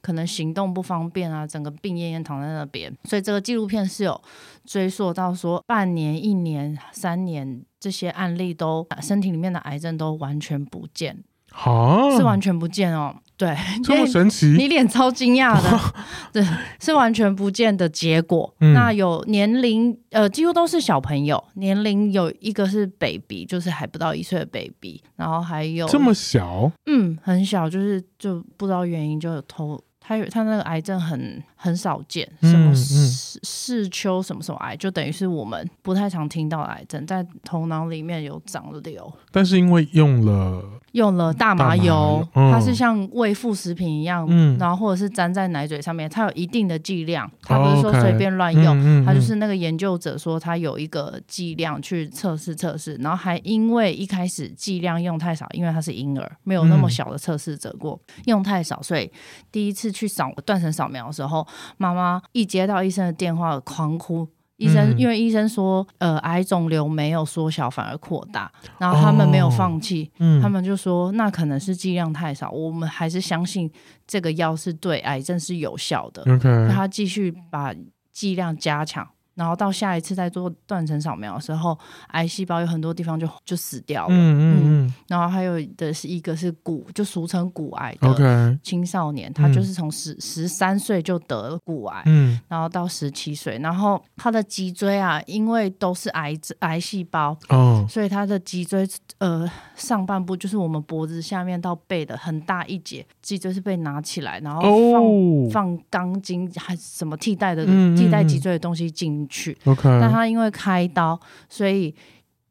Speaker 1: 可能行动不方便啊，整个病恹恹躺在那边，所以这个纪录片是有追溯到说半年、一年、三年这些案例都啊身体里面的癌症都完全不见，
Speaker 2: 好，
Speaker 1: 是完全不见哦，对，
Speaker 2: 嗯这么
Speaker 1: 因为
Speaker 2: 神奇，
Speaker 1: 你脸超惊讶的， 对，是完全不见的结果。
Speaker 2: 嗯
Speaker 1: 那有年龄，呃，几乎都是小朋友，年龄有一个是 baby，就是还不到一岁的 baby，然后还有
Speaker 2: 这么小，
Speaker 1: 嗯很小，就是就不知道原因就有头。他有他那个癌症很很少见，什
Speaker 2: 嗯嗯
Speaker 1: 么视视丘什么什么癌，就等于是我们不太常听到的癌症，在头脑里面有长瘤，
Speaker 2: 但是因为用了，
Speaker 1: 用了大
Speaker 2: 大麻
Speaker 1: 麻油，
Speaker 2: 油嗯
Speaker 1: 它是像喂副食品一样，
Speaker 2: 嗯
Speaker 1: 然后或者是粘在奶嘴上面，它有一定的剂量，它不是说
Speaker 2: 哦 OK，
Speaker 1: 随便乱用。
Speaker 2: 嗯嗯
Speaker 1: 它就
Speaker 2: 嗯
Speaker 1: 是那个研究者说，它有一个剂量去测试测试，然后还因为一开始剂量用太少，因为他是婴儿，没有那么
Speaker 2: 嗯
Speaker 1: 小的测试者过，用太少，所以第一次去扫断层扫描的时候，妈妈一接到医生的电话狂哭。医生，
Speaker 2: 嗯
Speaker 1: 因为医生说，呃，癌肿瘤没有缩小，反而扩大，然后他们没有
Speaker 2: 哦
Speaker 1: 放弃，
Speaker 2: 嗯
Speaker 1: 他们就说那可能是剂量太少，我们还是相信这个药是对癌症是有效的，
Speaker 2: 嗯 OK，
Speaker 1: 所以他继续把剂量加强，然后到下一次再做断层扫描的时候，癌细胞有很多地方就就死掉了，
Speaker 2: 嗯嗯
Speaker 1: 然后还有的是一个是骨，就俗称骨癌
Speaker 2: 嗯
Speaker 1: 的
Speaker 2: ，OK，
Speaker 1: 青少年，他就
Speaker 2: 嗯
Speaker 1: 是从十十三岁就得了骨癌，
Speaker 2: 嗯，
Speaker 1: 然后到十七岁，然后他的脊椎啊，因为都是癌症癌细胞，
Speaker 2: 哦，
Speaker 1: 所以他的脊椎呃上半部就是我们脖子下面到背的很大一节脊椎是被拿起来，然后放、
Speaker 2: 哦
Speaker 1: 放钢筋还是什么替代的
Speaker 2: 嗯嗯
Speaker 1: 替代脊
Speaker 2: 嗯
Speaker 1: 椎的东西进去。
Speaker 2: ，OK，
Speaker 1: 但他因为开刀，所以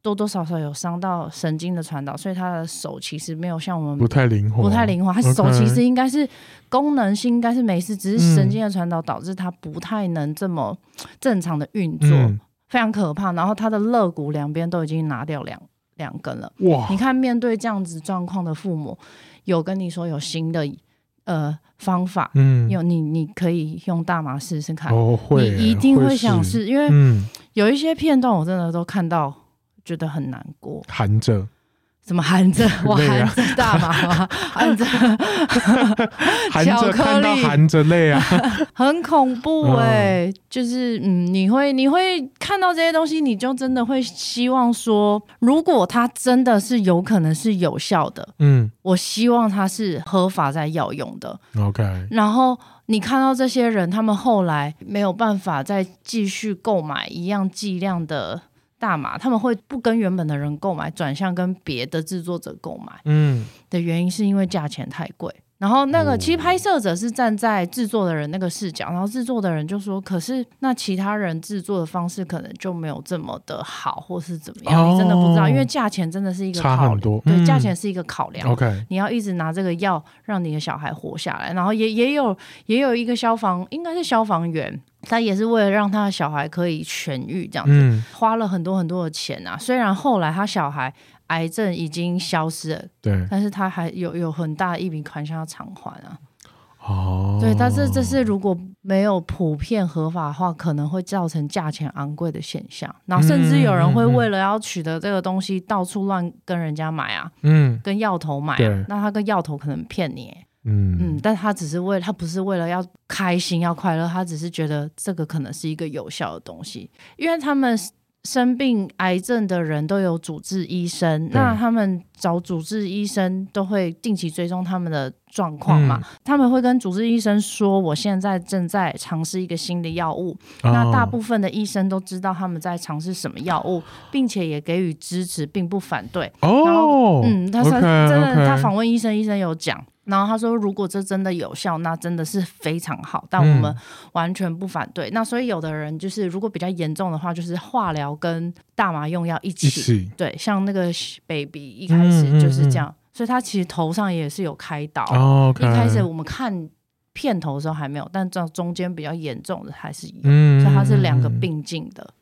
Speaker 1: 多多少少有伤到神经的传导，所以他的手其实没有像我
Speaker 2: 不
Speaker 1: 们。
Speaker 2: 太灵活，
Speaker 1: 不太灵活，他手
Speaker 2: OK
Speaker 1: 其实应该是功能性应该是没事，只
Speaker 2: 嗯
Speaker 1: 是神经的传导导致他不太能这么正常的运作。
Speaker 2: 嗯，
Speaker 1: 非常可怕。然后他的肋骨两边都已经拿掉两两根了。
Speaker 2: 哇
Speaker 1: 你，看，面对这样子状况的父母，有跟你说有新的呃方法，
Speaker 2: 嗯，
Speaker 1: 有你你可以用大麻试试看，
Speaker 2: 哦会，
Speaker 1: 你一定
Speaker 2: 会
Speaker 1: 会想
Speaker 2: 是，
Speaker 1: 试，因为
Speaker 2: 嗯，
Speaker 1: 有一些片段我真的都看到觉得很难过，
Speaker 2: 含着，
Speaker 1: 怎么含着？我
Speaker 2: 累
Speaker 1: 含
Speaker 2: 啊
Speaker 1: 着大麻吗？ 含着
Speaker 2: 含
Speaker 1: 巧
Speaker 2: 着
Speaker 1: 克
Speaker 2: 看到
Speaker 1: 力
Speaker 2: 含着 泪啊，
Speaker 1: 很恐怖哎、就是嗯，你会你会看到这些东西，你就真的会希望说，如果它真的是有可能是有效的，
Speaker 2: 嗯
Speaker 1: 我希望它是合法在药用的。
Speaker 2: ，OK，
Speaker 1: 然后你看到这些人，他们后来没有办法再继续购买一样剂量的大麻，他们会不跟原本的人购买，转向跟别的制作者购买。
Speaker 2: 嗯
Speaker 1: 的原因是因为价钱太贵。然后那
Speaker 2: 哦
Speaker 1: 个其实拍摄者是站在制作的人那个视角，然后制作的人就说：“可是那其他人制作的方式可能就没有这么的好，或是怎么样？
Speaker 2: 哦
Speaker 1: 你真的不知道，因为价钱真的是一个
Speaker 2: 差
Speaker 1: 考
Speaker 2: 很多
Speaker 1: 对，
Speaker 2: 嗯
Speaker 1: 价钱是一个考量。
Speaker 2: ，OK，
Speaker 1: 你要一直拿这个药让你的小孩活下来，然后也也有也有一个消防，应该是消防员，他也是为了让他的小孩可以痊愈这样子。
Speaker 2: 嗯，
Speaker 1: 花了很多很多的钱啊。虽然后来他小孩癌症已经消失了，
Speaker 2: 对，
Speaker 1: 但是他还有有很大的一笔款项要偿还啊。
Speaker 2: 哦，
Speaker 1: 对，但是这是如果没有普遍合法化，可能会造成价钱昂贵的现象。然后甚至有
Speaker 2: 嗯
Speaker 1: 人会为了要取得这个东西，到处乱跟人家买啊，
Speaker 2: 嗯
Speaker 1: 跟药头买、
Speaker 2: 对
Speaker 1: 啊。那他跟药头可能骗你欸、嗯
Speaker 2: 嗯，
Speaker 1: 但他只是为他不是为了要开心要快乐，他只是觉得这个可能是一个有效的东西，因为他们 s- 生病癌症的人都有主治医生，那他们找主治医生都会定期追踪他们的状况嘛，
Speaker 2: 嗯
Speaker 1: 他们会跟主治医生说，我现在正在尝试一个新的药物，那大
Speaker 2: 哦
Speaker 1: 部分的医生都知道他们在尝试什么药物，并且也给予支持，并不反对。然
Speaker 2: 哦，
Speaker 1: 嗯，他说
Speaker 2: OK，
Speaker 1: 真的，
Speaker 2: OK
Speaker 1: 他访问医生，医生有讲，然后他说，如果这真的有效，那真的是非常好，但我们
Speaker 2: 嗯
Speaker 1: 完全不反对。那所以有的人就是，如果比较严重的话，就是化疗跟大麻用药一起。
Speaker 2: 一起，嗯
Speaker 1: 对，像那个 baby 一开始就是这样，所以他其实头上也是有开刀。
Speaker 2: 哦，OK，
Speaker 1: 一开始我们看片头的时候还没有，但这中间比较严重的还是有，
Speaker 2: 嗯，嗯，
Speaker 1: 所以它是两个
Speaker 2: 嗯。嗯
Speaker 1: 并进的。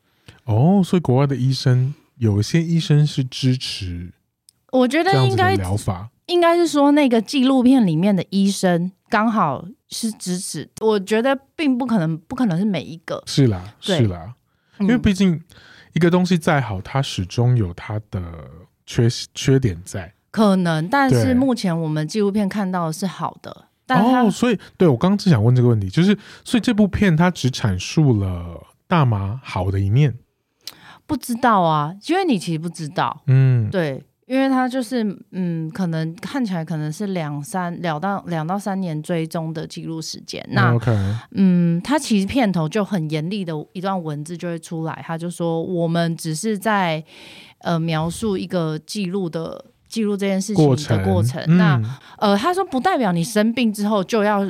Speaker 2: 哦，所以国外的医生有一些医生是支持
Speaker 1: 我觉
Speaker 2: 这
Speaker 1: 得
Speaker 2: 样
Speaker 1: 应
Speaker 2: 子的
Speaker 1: 该
Speaker 2: 疗法，
Speaker 1: 应该是说那个纪录片里面的医生刚好是指指，我觉得并不可能，不可能是每一个，
Speaker 2: 是啦，
Speaker 1: 对
Speaker 2: 是啦，
Speaker 1: 嗯
Speaker 2: 因为毕竟一个东西再好，它始终有它的缺缺点在。
Speaker 1: 可能，但
Speaker 2: 对
Speaker 1: 是目前我们纪录片看到的是好的，但它、
Speaker 2: 哦，所以对我刚刚只想问这个问题，就是所以这部片它只阐述了大麻好的一面，
Speaker 1: 不知道啊，因为你其实不知道，
Speaker 2: 嗯，
Speaker 1: 对。因为它就是，嗯，可能看起来可能是两三两到两到三年追踪的记录时间。那
Speaker 2: OK，
Speaker 1: 嗯，他其实片头就很严厉的一段文字就会出来，他就说我们只是在呃描述一个记录的记录这件事情
Speaker 2: 过
Speaker 1: 的
Speaker 2: 程嗯
Speaker 1: 过程。那呃，他说不代表你生病之后就要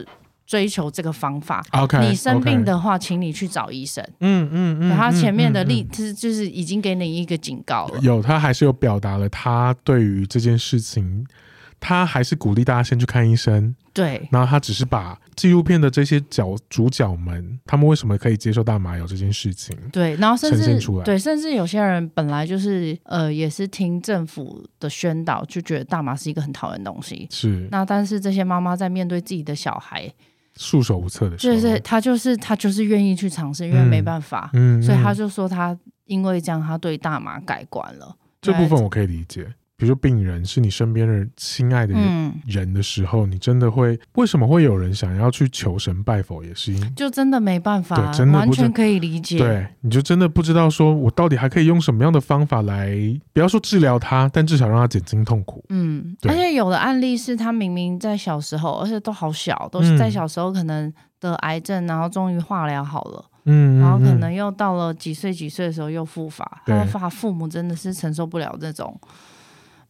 Speaker 1: 追求这个方法。
Speaker 2: OK，
Speaker 1: 你生病，的话，请你去找医生。
Speaker 2: 嗯嗯嗯，
Speaker 1: 他前面的
Speaker 2: 嗯
Speaker 1: 例，就是就是已经给你一个警告了。
Speaker 2: 有，他还是有表达了他对于这件事情，他还是鼓励大家先去看医生。
Speaker 1: 对，
Speaker 2: 然后他只是把纪录片的这些角主角们，他们为什么可以接受大麻油这件事情，
Speaker 1: 对，然后甚
Speaker 2: 呈
Speaker 1: 至
Speaker 2: 现出来
Speaker 1: 对，甚至有些人本来就是呃，也是听政府的宣导，就觉得大麻是一个很讨厌的东西。
Speaker 2: 是
Speaker 1: 那但是这些妈妈在面对自己的小孩，
Speaker 2: 束手无策的时候。
Speaker 1: 就是她就是她就是愿意去尝试，因为
Speaker 2: 嗯
Speaker 1: 没办法，
Speaker 2: 嗯，
Speaker 1: 所以她
Speaker 2: 嗯
Speaker 1: 就说她因为这样，她对大麻改观了。
Speaker 2: 这部
Speaker 1: 原
Speaker 2: 分我可以理解。比如说病人是你身边的亲爱的
Speaker 1: 来，
Speaker 2: 人,、
Speaker 1: 嗯，
Speaker 2: 的时候，你真的会为什么会有人想要去求神拜佛，也是因
Speaker 1: 就真的没办法，
Speaker 2: 对真的
Speaker 1: 完
Speaker 2: 不知
Speaker 1: 全可以理解。
Speaker 2: 对，你就真的不知道说我到底还可以用什么样的方法来，不要说治疗他，但至少让他减轻痛苦。
Speaker 1: 嗯，
Speaker 2: 对
Speaker 1: 而且有的案例是他明明在小时候，而且都好小，都
Speaker 2: 嗯
Speaker 1: 是在小时候可能得癌症，然后终于化疗好了，
Speaker 2: 嗯，
Speaker 1: 然后可
Speaker 2: 嗯嗯
Speaker 1: 能又到了几岁几岁的时候又复发，
Speaker 2: 对
Speaker 1: 他的发父母真的是承受不了这种，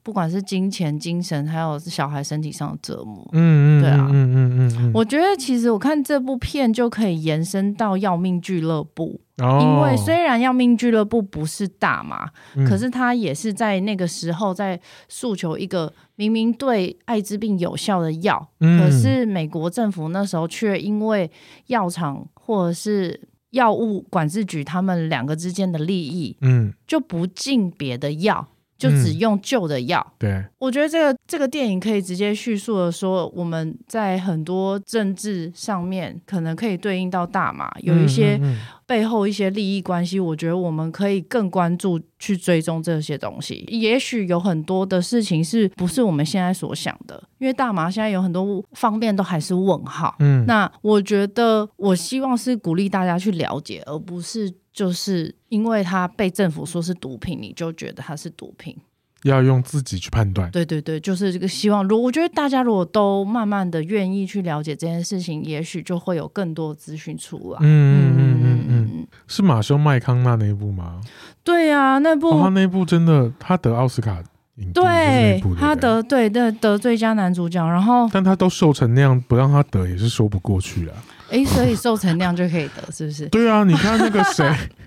Speaker 1: 不管是金钱、精神，还有小孩身体上的折磨。
Speaker 2: 嗯嗯，
Speaker 1: 对啊
Speaker 2: 嗯嗯嗯嗯，
Speaker 1: 我觉得其实我看这部片就可以延伸到《要命俱乐部》
Speaker 2: 我
Speaker 1: 因为虽然《要命俱乐部》不是大麻，
Speaker 2: 哦嗯
Speaker 1: 可是他也是在那个时候在诉求一个明明对艾滋病有效的药，
Speaker 2: 嗯
Speaker 1: 可是美国政府那时候却因为药厂或者是药物管制局他们两个之间的利益，
Speaker 2: 嗯
Speaker 1: 就不进别的药。就只用旧的药。
Speaker 2: 对，
Speaker 1: 我觉得这个这个电影可以直接叙述的说，我们在很多政治上面可能可以对应到大麻，有一些
Speaker 2: 嗯嗯嗯
Speaker 1: 背后一些利益关系，我觉得我们可以更关注去追踪这些东西。也许有很多的事情是不是我们现在所想的？因为大麻现在有很多方面都还是问号。
Speaker 2: 嗯
Speaker 1: 那我觉得，我希望是鼓励大家去了解，而不是就是因为它被政府说是毒品，你就觉得它是毒品。
Speaker 2: 要用自己去判断。
Speaker 1: 对对对，就是这个希望。如我觉得大家如果都慢慢的愿意去了解这件事情，也许就会有更多资讯出来。
Speaker 2: 嗯
Speaker 1: 嗯
Speaker 2: 嗯嗯
Speaker 1: 嗯嗯
Speaker 2: 嗯，
Speaker 1: 嗯，
Speaker 2: 是马修麦康纳那一部吗？
Speaker 1: 对啊，那部、
Speaker 2: 哦，他那一部真的，他得奥斯卡影帝就是那
Speaker 1: 对
Speaker 2: 一部，
Speaker 1: 他，
Speaker 2: 对不
Speaker 1: 得对
Speaker 2: 对
Speaker 1: 得得最佳男主角，然后
Speaker 2: 但他都瘦成那样，不让他得也是说不过去了。
Speaker 1: 诶，所以瘦成那样就可以得，是不是？
Speaker 2: 对啊，你看那个谁，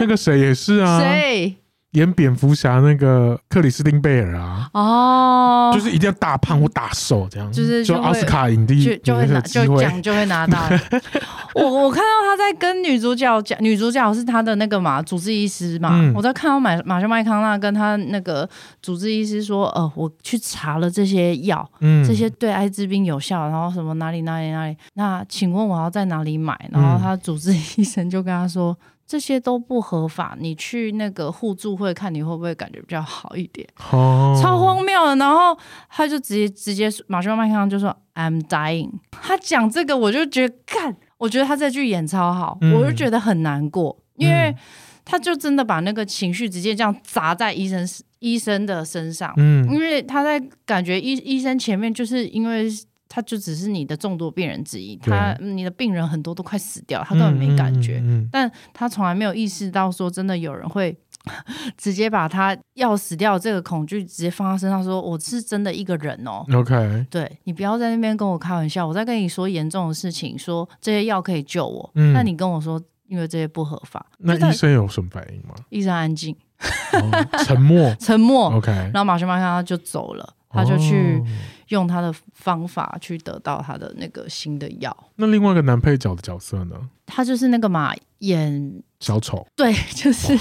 Speaker 2: 那个谁也是啊，
Speaker 1: 谁？
Speaker 2: 演蝙蝠侠那个克里斯汀贝尔啊，
Speaker 1: 哦，
Speaker 2: 就是一定要大胖或大瘦这样，
Speaker 1: 就是就会
Speaker 2: 奥斯卡影帝
Speaker 1: 就就会
Speaker 2: 有
Speaker 1: 拿
Speaker 2: 那个机
Speaker 1: 就
Speaker 2: 会。
Speaker 1: 奖就会拿 到。我我看到他在跟女主角讲，女主角是他的那个嘛主治医师嘛，
Speaker 2: 嗯
Speaker 1: 我在看到马马修麦康纳跟他那个主治医师说，呃，我去查了这些药，
Speaker 2: 嗯
Speaker 1: 这些对艾滋病有效，然后什么哪里哪里哪里，那请问我要在哪里买？然
Speaker 2: 嗯
Speaker 1: 后他主治医生就跟他说。这些都不合法，你去那个互助会看你会不会感觉比较好一点，
Speaker 2: 哦
Speaker 1: 超荒谬的。然后他就直接直接马修麦康就说 I'm dying，他讲这个我就觉得干，我觉得他这句演超好，
Speaker 2: 嗯
Speaker 1: 我就觉得很难过，因为
Speaker 2: 嗯
Speaker 1: 他就真的把那个情绪直接这样砸在医生医生的身上，
Speaker 2: 嗯
Speaker 1: 因为他在感觉医医生前面，就是因为他就只是你的众多病人之一，
Speaker 2: 对
Speaker 1: 他嗯你的病人很多都快死掉，他根本没感觉，
Speaker 2: 嗯嗯嗯
Speaker 1: 但他从来没有意识到说真的有人会 直接把他要死掉的这个恐惧直接放在身上说我是真的一个人哦。
Speaker 2: 嗯 OK，
Speaker 1: 对你不要在那边跟我开玩笑，我在跟你说严重的事情，说这些药可以救我，
Speaker 2: 嗯
Speaker 1: 那你跟我说因为这些不合法，
Speaker 2: 那
Speaker 1: 就他
Speaker 2: 医生有什么反应吗？
Speaker 1: 医生安静
Speaker 2: 哦沉默。
Speaker 1: 沉默，
Speaker 2: OK，
Speaker 1: 然后马修麦康纳就走了，他就去、
Speaker 2: 哦
Speaker 1: 用他的方法去得到他的那个新的药。
Speaker 2: 那另外一个男配角的角色呢？
Speaker 1: 他就是那个嘛，演
Speaker 2: 小丑，
Speaker 1: 对，就是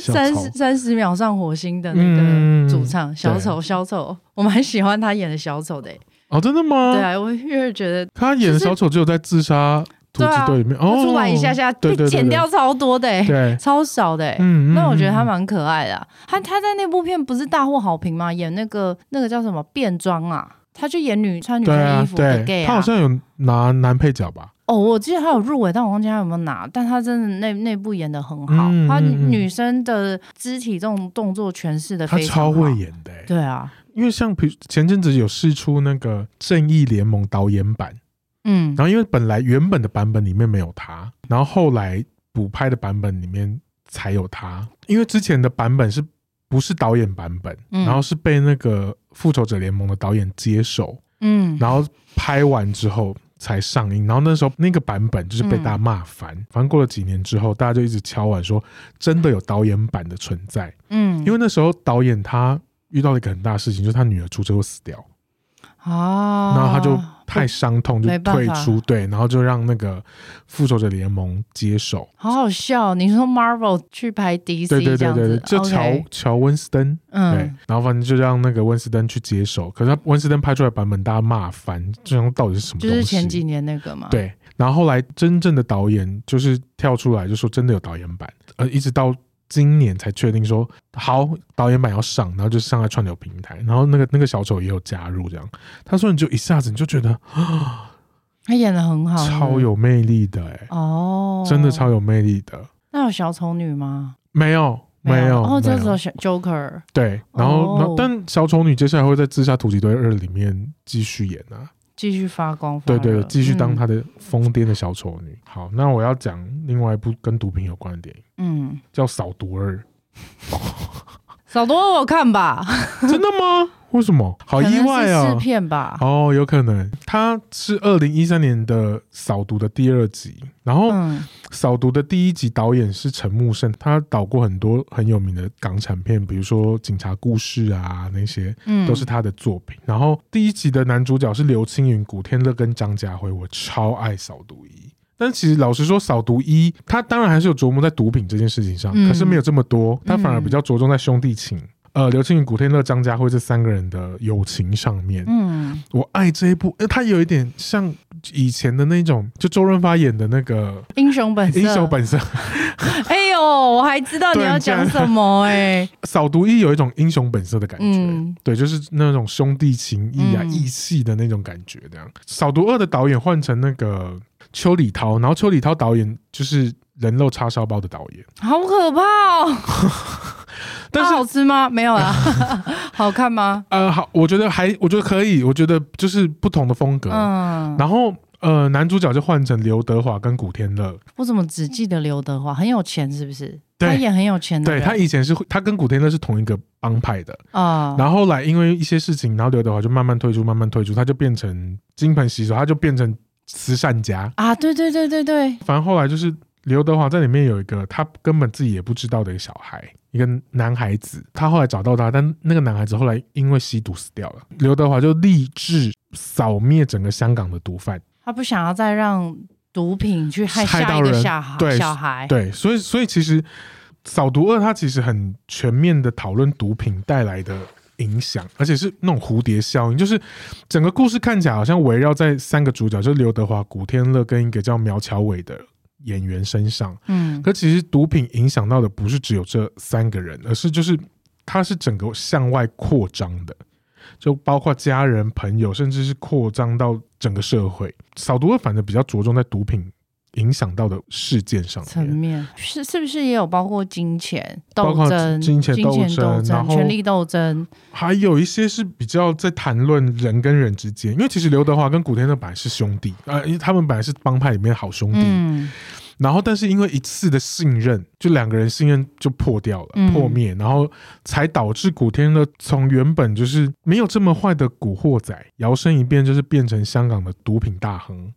Speaker 2: 小
Speaker 1: 三
Speaker 2: 丑
Speaker 1: 十三十秒上火星的
Speaker 2: 嗯
Speaker 1: 那个主唱、小丑，小丑，我蛮喜欢他演的小丑的欸、
Speaker 2: 哦，真的吗？
Speaker 1: 对啊，我越来越觉得
Speaker 2: 他演的小丑只有在自杀突击队里面、
Speaker 1: 啊他
Speaker 2: 哦，
Speaker 1: 出来一下下
Speaker 2: 对
Speaker 1: 被
Speaker 2: 对对
Speaker 1: 剪掉超多的、欸，
Speaker 2: 对，
Speaker 1: 超少的、欸。
Speaker 2: 嗯
Speaker 1: 那我觉得他
Speaker 2: 们
Speaker 1: 蛮可爱的啊、他他在那部片不是大获好评吗？演那个那个叫什么变装啊，他去演女穿女
Speaker 2: 对
Speaker 1: 生衣
Speaker 2: 啊
Speaker 1: 服的 gay
Speaker 2: 对，他好像有拿男配角吧？
Speaker 1: 哦，我记得他有入围，但我忘记他有没有拿。但他真的那那部演的很好，
Speaker 2: 嗯
Speaker 1: 他
Speaker 2: 嗯嗯
Speaker 1: 女生的肢体这种动作诠释的
Speaker 2: 他
Speaker 1: 非常好
Speaker 2: 超会。演的欸、
Speaker 1: 对啊，
Speaker 2: 因为像比如前阵子有试出那个《正义联盟》导演版，
Speaker 1: 嗯
Speaker 2: 然后因为本来原本的版本里面没有他，然后后来补拍的版本里面才有他，因为之前的版本是不是导演版本，
Speaker 1: 嗯
Speaker 2: 然后是被那个《复仇者联盟》的导演接手，
Speaker 1: 嗯，
Speaker 2: 然后拍完之后才上映，然后那时候那个版本就是被大家骂烦，
Speaker 1: 嗯
Speaker 2: 反正过了几年之后，大家就一直敲碗说真的有导演版的存在，
Speaker 1: 嗯，
Speaker 2: 因
Speaker 1: 为
Speaker 2: 为那时候导演他遇到了一个很大的事情，就是他女儿出车祸死掉，
Speaker 1: 啊，
Speaker 2: 然后他就太伤痛就
Speaker 1: 没办
Speaker 2: 退
Speaker 1: 法
Speaker 2: 出，对，然后就让那个复仇者联盟接手，
Speaker 1: 好好笑。你说 Marvel 去拍 DC
Speaker 2: 对
Speaker 1: 这
Speaker 2: 对对
Speaker 1: 样
Speaker 2: 对
Speaker 1: 子
Speaker 2: 对，，就乔
Speaker 1: OK，
Speaker 2: 乔温斯登。对
Speaker 1: 嗯，，
Speaker 2: 然后反正就让那个温斯登去接手，可是他温斯登拍出来的版本，大家骂翻，这样到底是什么
Speaker 1: 就
Speaker 2: 东西？
Speaker 1: 是前几年那个嘛。，
Speaker 2: 对，然后后来真正的导演就是跳出来，就说真的有导演版，呃，一直到今年才确定说好导演版要上，然后就上在串流平台，然后那个那个小丑也有加入，这样他说你就一下子你就觉得
Speaker 1: 他演的很好，
Speaker 2: 超有魅力的、欸，
Speaker 1: 哦，
Speaker 2: 真的。超有魅力的，
Speaker 1: 那有小丑女吗？
Speaker 2: 没有没有，
Speaker 1: 哦，
Speaker 2: 没
Speaker 1: 这
Speaker 2: 有
Speaker 1: 时候小 Joker
Speaker 2: 对，然后、然后
Speaker 1: 哦
Speaker 2: 但小丑女接下来会在《自杀突击队二》里面继续演啊，
Speaker 1: 继续发光发
Speaker 2: 对
Speaker 1: 热，
Speaker 2: 对，继续当
Speaker 1: 嗯
Speaker 2: 她的疯癫的小丑女。好，那我要讲另外一部跟毒品有关的电影，
Speaker 1: 嗯。
Speaker 2: 叫《扫毒 二》。
Speaker 1: 少多我看吧，
Speaker 2: 真的吗？为什么？好
Speaker 1: 可能
Speaker 2: 意
Speaker 1: 是
Speaker 2: 外啊
Speaker 1: 试！片吧，
Speaker 2: 哦，有可能，它是二零一三年的《扫毒》的第二集，然后《
Speaker 1: 嗯
Speaker 2: 扫毒》的第一集导演是陈木胜，他导过很多很有名的港产片，比如说《警察故事》啊那些，
Speaker 1: 嗯，
Speaker 2: 都是他的作品。然后第一集的男主角是刘青云、古天乐跟张家辉，我超爱扫毒一。但其实老实说，扫毒一他当然还是有琢磨在毒品这件事情上，
Speaker 1: 嗯
Speaker 2: 可是没有这么多，他反而
Speaker 1: 嗯
Speaker 2: 比较着重在兄弟情。呃刘青云、古天乐、张家辉这三个人的友情上面。
Speaker 1: 嗯，
Speaker 2: 我爱这一部，呃，它有一点像以前的那种，就周润发演的那个
Speaker 1: 英雄本
Speaker 2: 《
Speaker 1: 色，
Speaker 2: 英雄本色》，
Speaker 1: 哎呦，我还知道你要讲什么哎、
Speaker 2: 扫毒一有一种英雄本色的感觉。
Speaker 1: 嗯，
Speaker 2: 对，就是那种兄弟情谊啊、
Speaker 1: 嗯
Speaker 2: 义气的那种感觉，这样。《扫毒二》的导演换成那个邱礼涛，然后邱礼涛导演就是《人肉叉烧包》的导演，
Speaker 1: 好可怕 哦！
Speaker 2: 但是
Speaker 1: 它好吃吗？没有 啦，好看吗？
Speaker 2: 呃，好，我觉得还我觉得可以，我觉得就是不同的风格。
Speaker 1: 嗯，
Speaker 2: 然后呃，男主角就换成刘德华跟古天乐，
Speaker 1: 我怎么只记得刘德华很有钱，是不是？
Speaker 2: 对
Speaker 1: 他也很有钱的
Speaker 2: 对
Speaker 1: 人，
Speaker 2: 他以前是他跟古天乐是同一个帮派的，
Speaker 1: 啊，
Speaker 2: 然后后来因为一些事情，然后刘德华就慢慢退出，慢慢退出，他就变成金盆洗手，他就变成慈善家。
Speaker 1: 啊，对对对对对，
Speaker 2: 反正后来就是刘德华在里面有一个他根本自己也不知道的一个小孩，一个男孩子，他后来找到他，但那个男孩子后来因为吸毒死掉了。刘德华就立志扫灭整个香港的毒贩，
Speaker 1: 他不想要再让毒品去害
Speaker 2: 害
Speaker 1: 下
Speaker 2: 到
Speaker 1: 一个
Speaker 2: 人
Speaker 1: 小孩，
Speaker 2: 对
Speaker 1: 小孩，
Speaker 2: 对，所以所以其实《扫毒二》它其实很全面的讨论毒品带来的影响，而且是那种蝴蝶效应，就是整个故事看起来好像围绕在三个主角，就是刘德华、古天乐跟一个叫苗侨伟的演员身上。
Speaker 1: 嗯，
Speaker 2: 可其实毒品影响到的不是只有这三个人，而是就是它是整个向外扩张的。就包括家人、朋友，甚至是扩张到整个社会。扫毒二反正比较着重在毒品影响到的事件上面，
Speaker 1: 层面是是不是也有包括金钱
Speaker 2: 包
Speaker 1: 斗
Speaker 2: 括
Speaker 1: 争、
Speaker 2: 金钱斗
Speaker 1: 争、
Speaker 2: 争然后
Speaker 1: 权力斗争？
Speaker 2: 还有一些是比较在谈论人跟人之间，因为其实刘德华跟古天乐本来是兄弟，呃，因为他们本来是帮派里面的好兄弟，
Speaker 1: 嗯，
Speaker 2: 然后但是因为一次的信任，就两个人信任就破掉了，
Speaker 1: 嗯
Speaker 2: 破灭，然后才导致古天乐从原本就是没有这么坏的古惑仔，摇身一变就是变成香港的毒品大亨。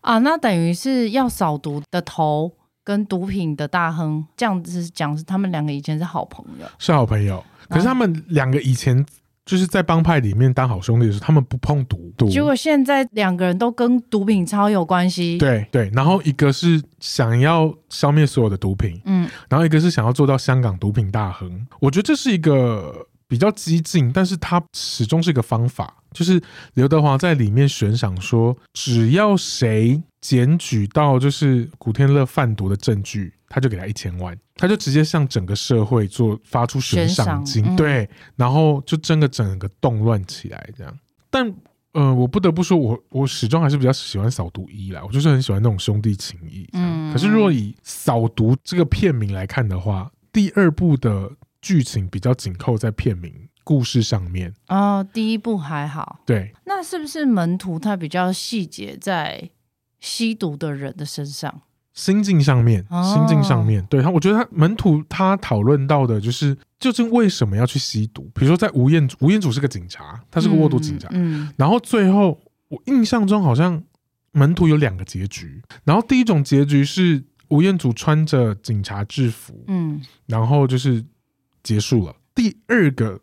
Speaker 1: 啊，那等于是要扫毒的头跟毒品的大亨，这样子讲是他们两个以前是好朋友。
Speaker 2: 是好朋友，可是他们两个以前就是在帮派里面当好兄弟的时候，他们不碰毒，毒
Speaker 1: 结果现在两个人都跟毒品超有关系。，
Speaker 2: 对对，然后一个是想要消灭所有的毒品，
Speaker 1: 嗯，
Speaker 2: 然后一个是想要做到香港毒品大亨。我觉得这是一个比较激进，但是它始终是一个方法。就是刘德华在里面悬赏说，只要谁检举到就是古天乐贩毒的证据，他就给他一千万，他就直接向整个社会做发出悬
Speaker 1: 悬
Speaker 2: 赏
Speaker 1: 赏
Speaker 2: 金，
Speaker 1: 嗯
Speaker 2: 对，然后就真的整个动乱起来这样。但呃，我不得不说，我我始终还是比较喜欢扫毒一啦，我就是很喜欢那种兄弟情谊。嗯，
Speaker 1: 嗯
Speaker 2: 可是如果以扫毒这个片名来看的话，第二部的剧情比较紧扣在片名故事上面。
Speaker 1: 哦，第一部还好，
Speaker 2: 对，
Speaker 1: 那是不是门徒他比较细节在吸毒的人的身上？
Speaker 2: 心境上面，
Speaker 1: 哦
Speaker 2: 心境上面，对他，我觉得他门徒他讨论到的就是究竟为什么要去吸毒，比如说在吴彦祖，吴彦祖是个警察，
Speaker 1: 他
Speaker 2: 他是个卧毒警察，
Speaker 1: 嗯，
Speaker 2: 然后最后我印象中好像门徒有两个结局，然后第一种结局是吴彦祖穿着警察制服，
Speaker 1: 嗯
Speaker 2: 然后就是结束了。第二个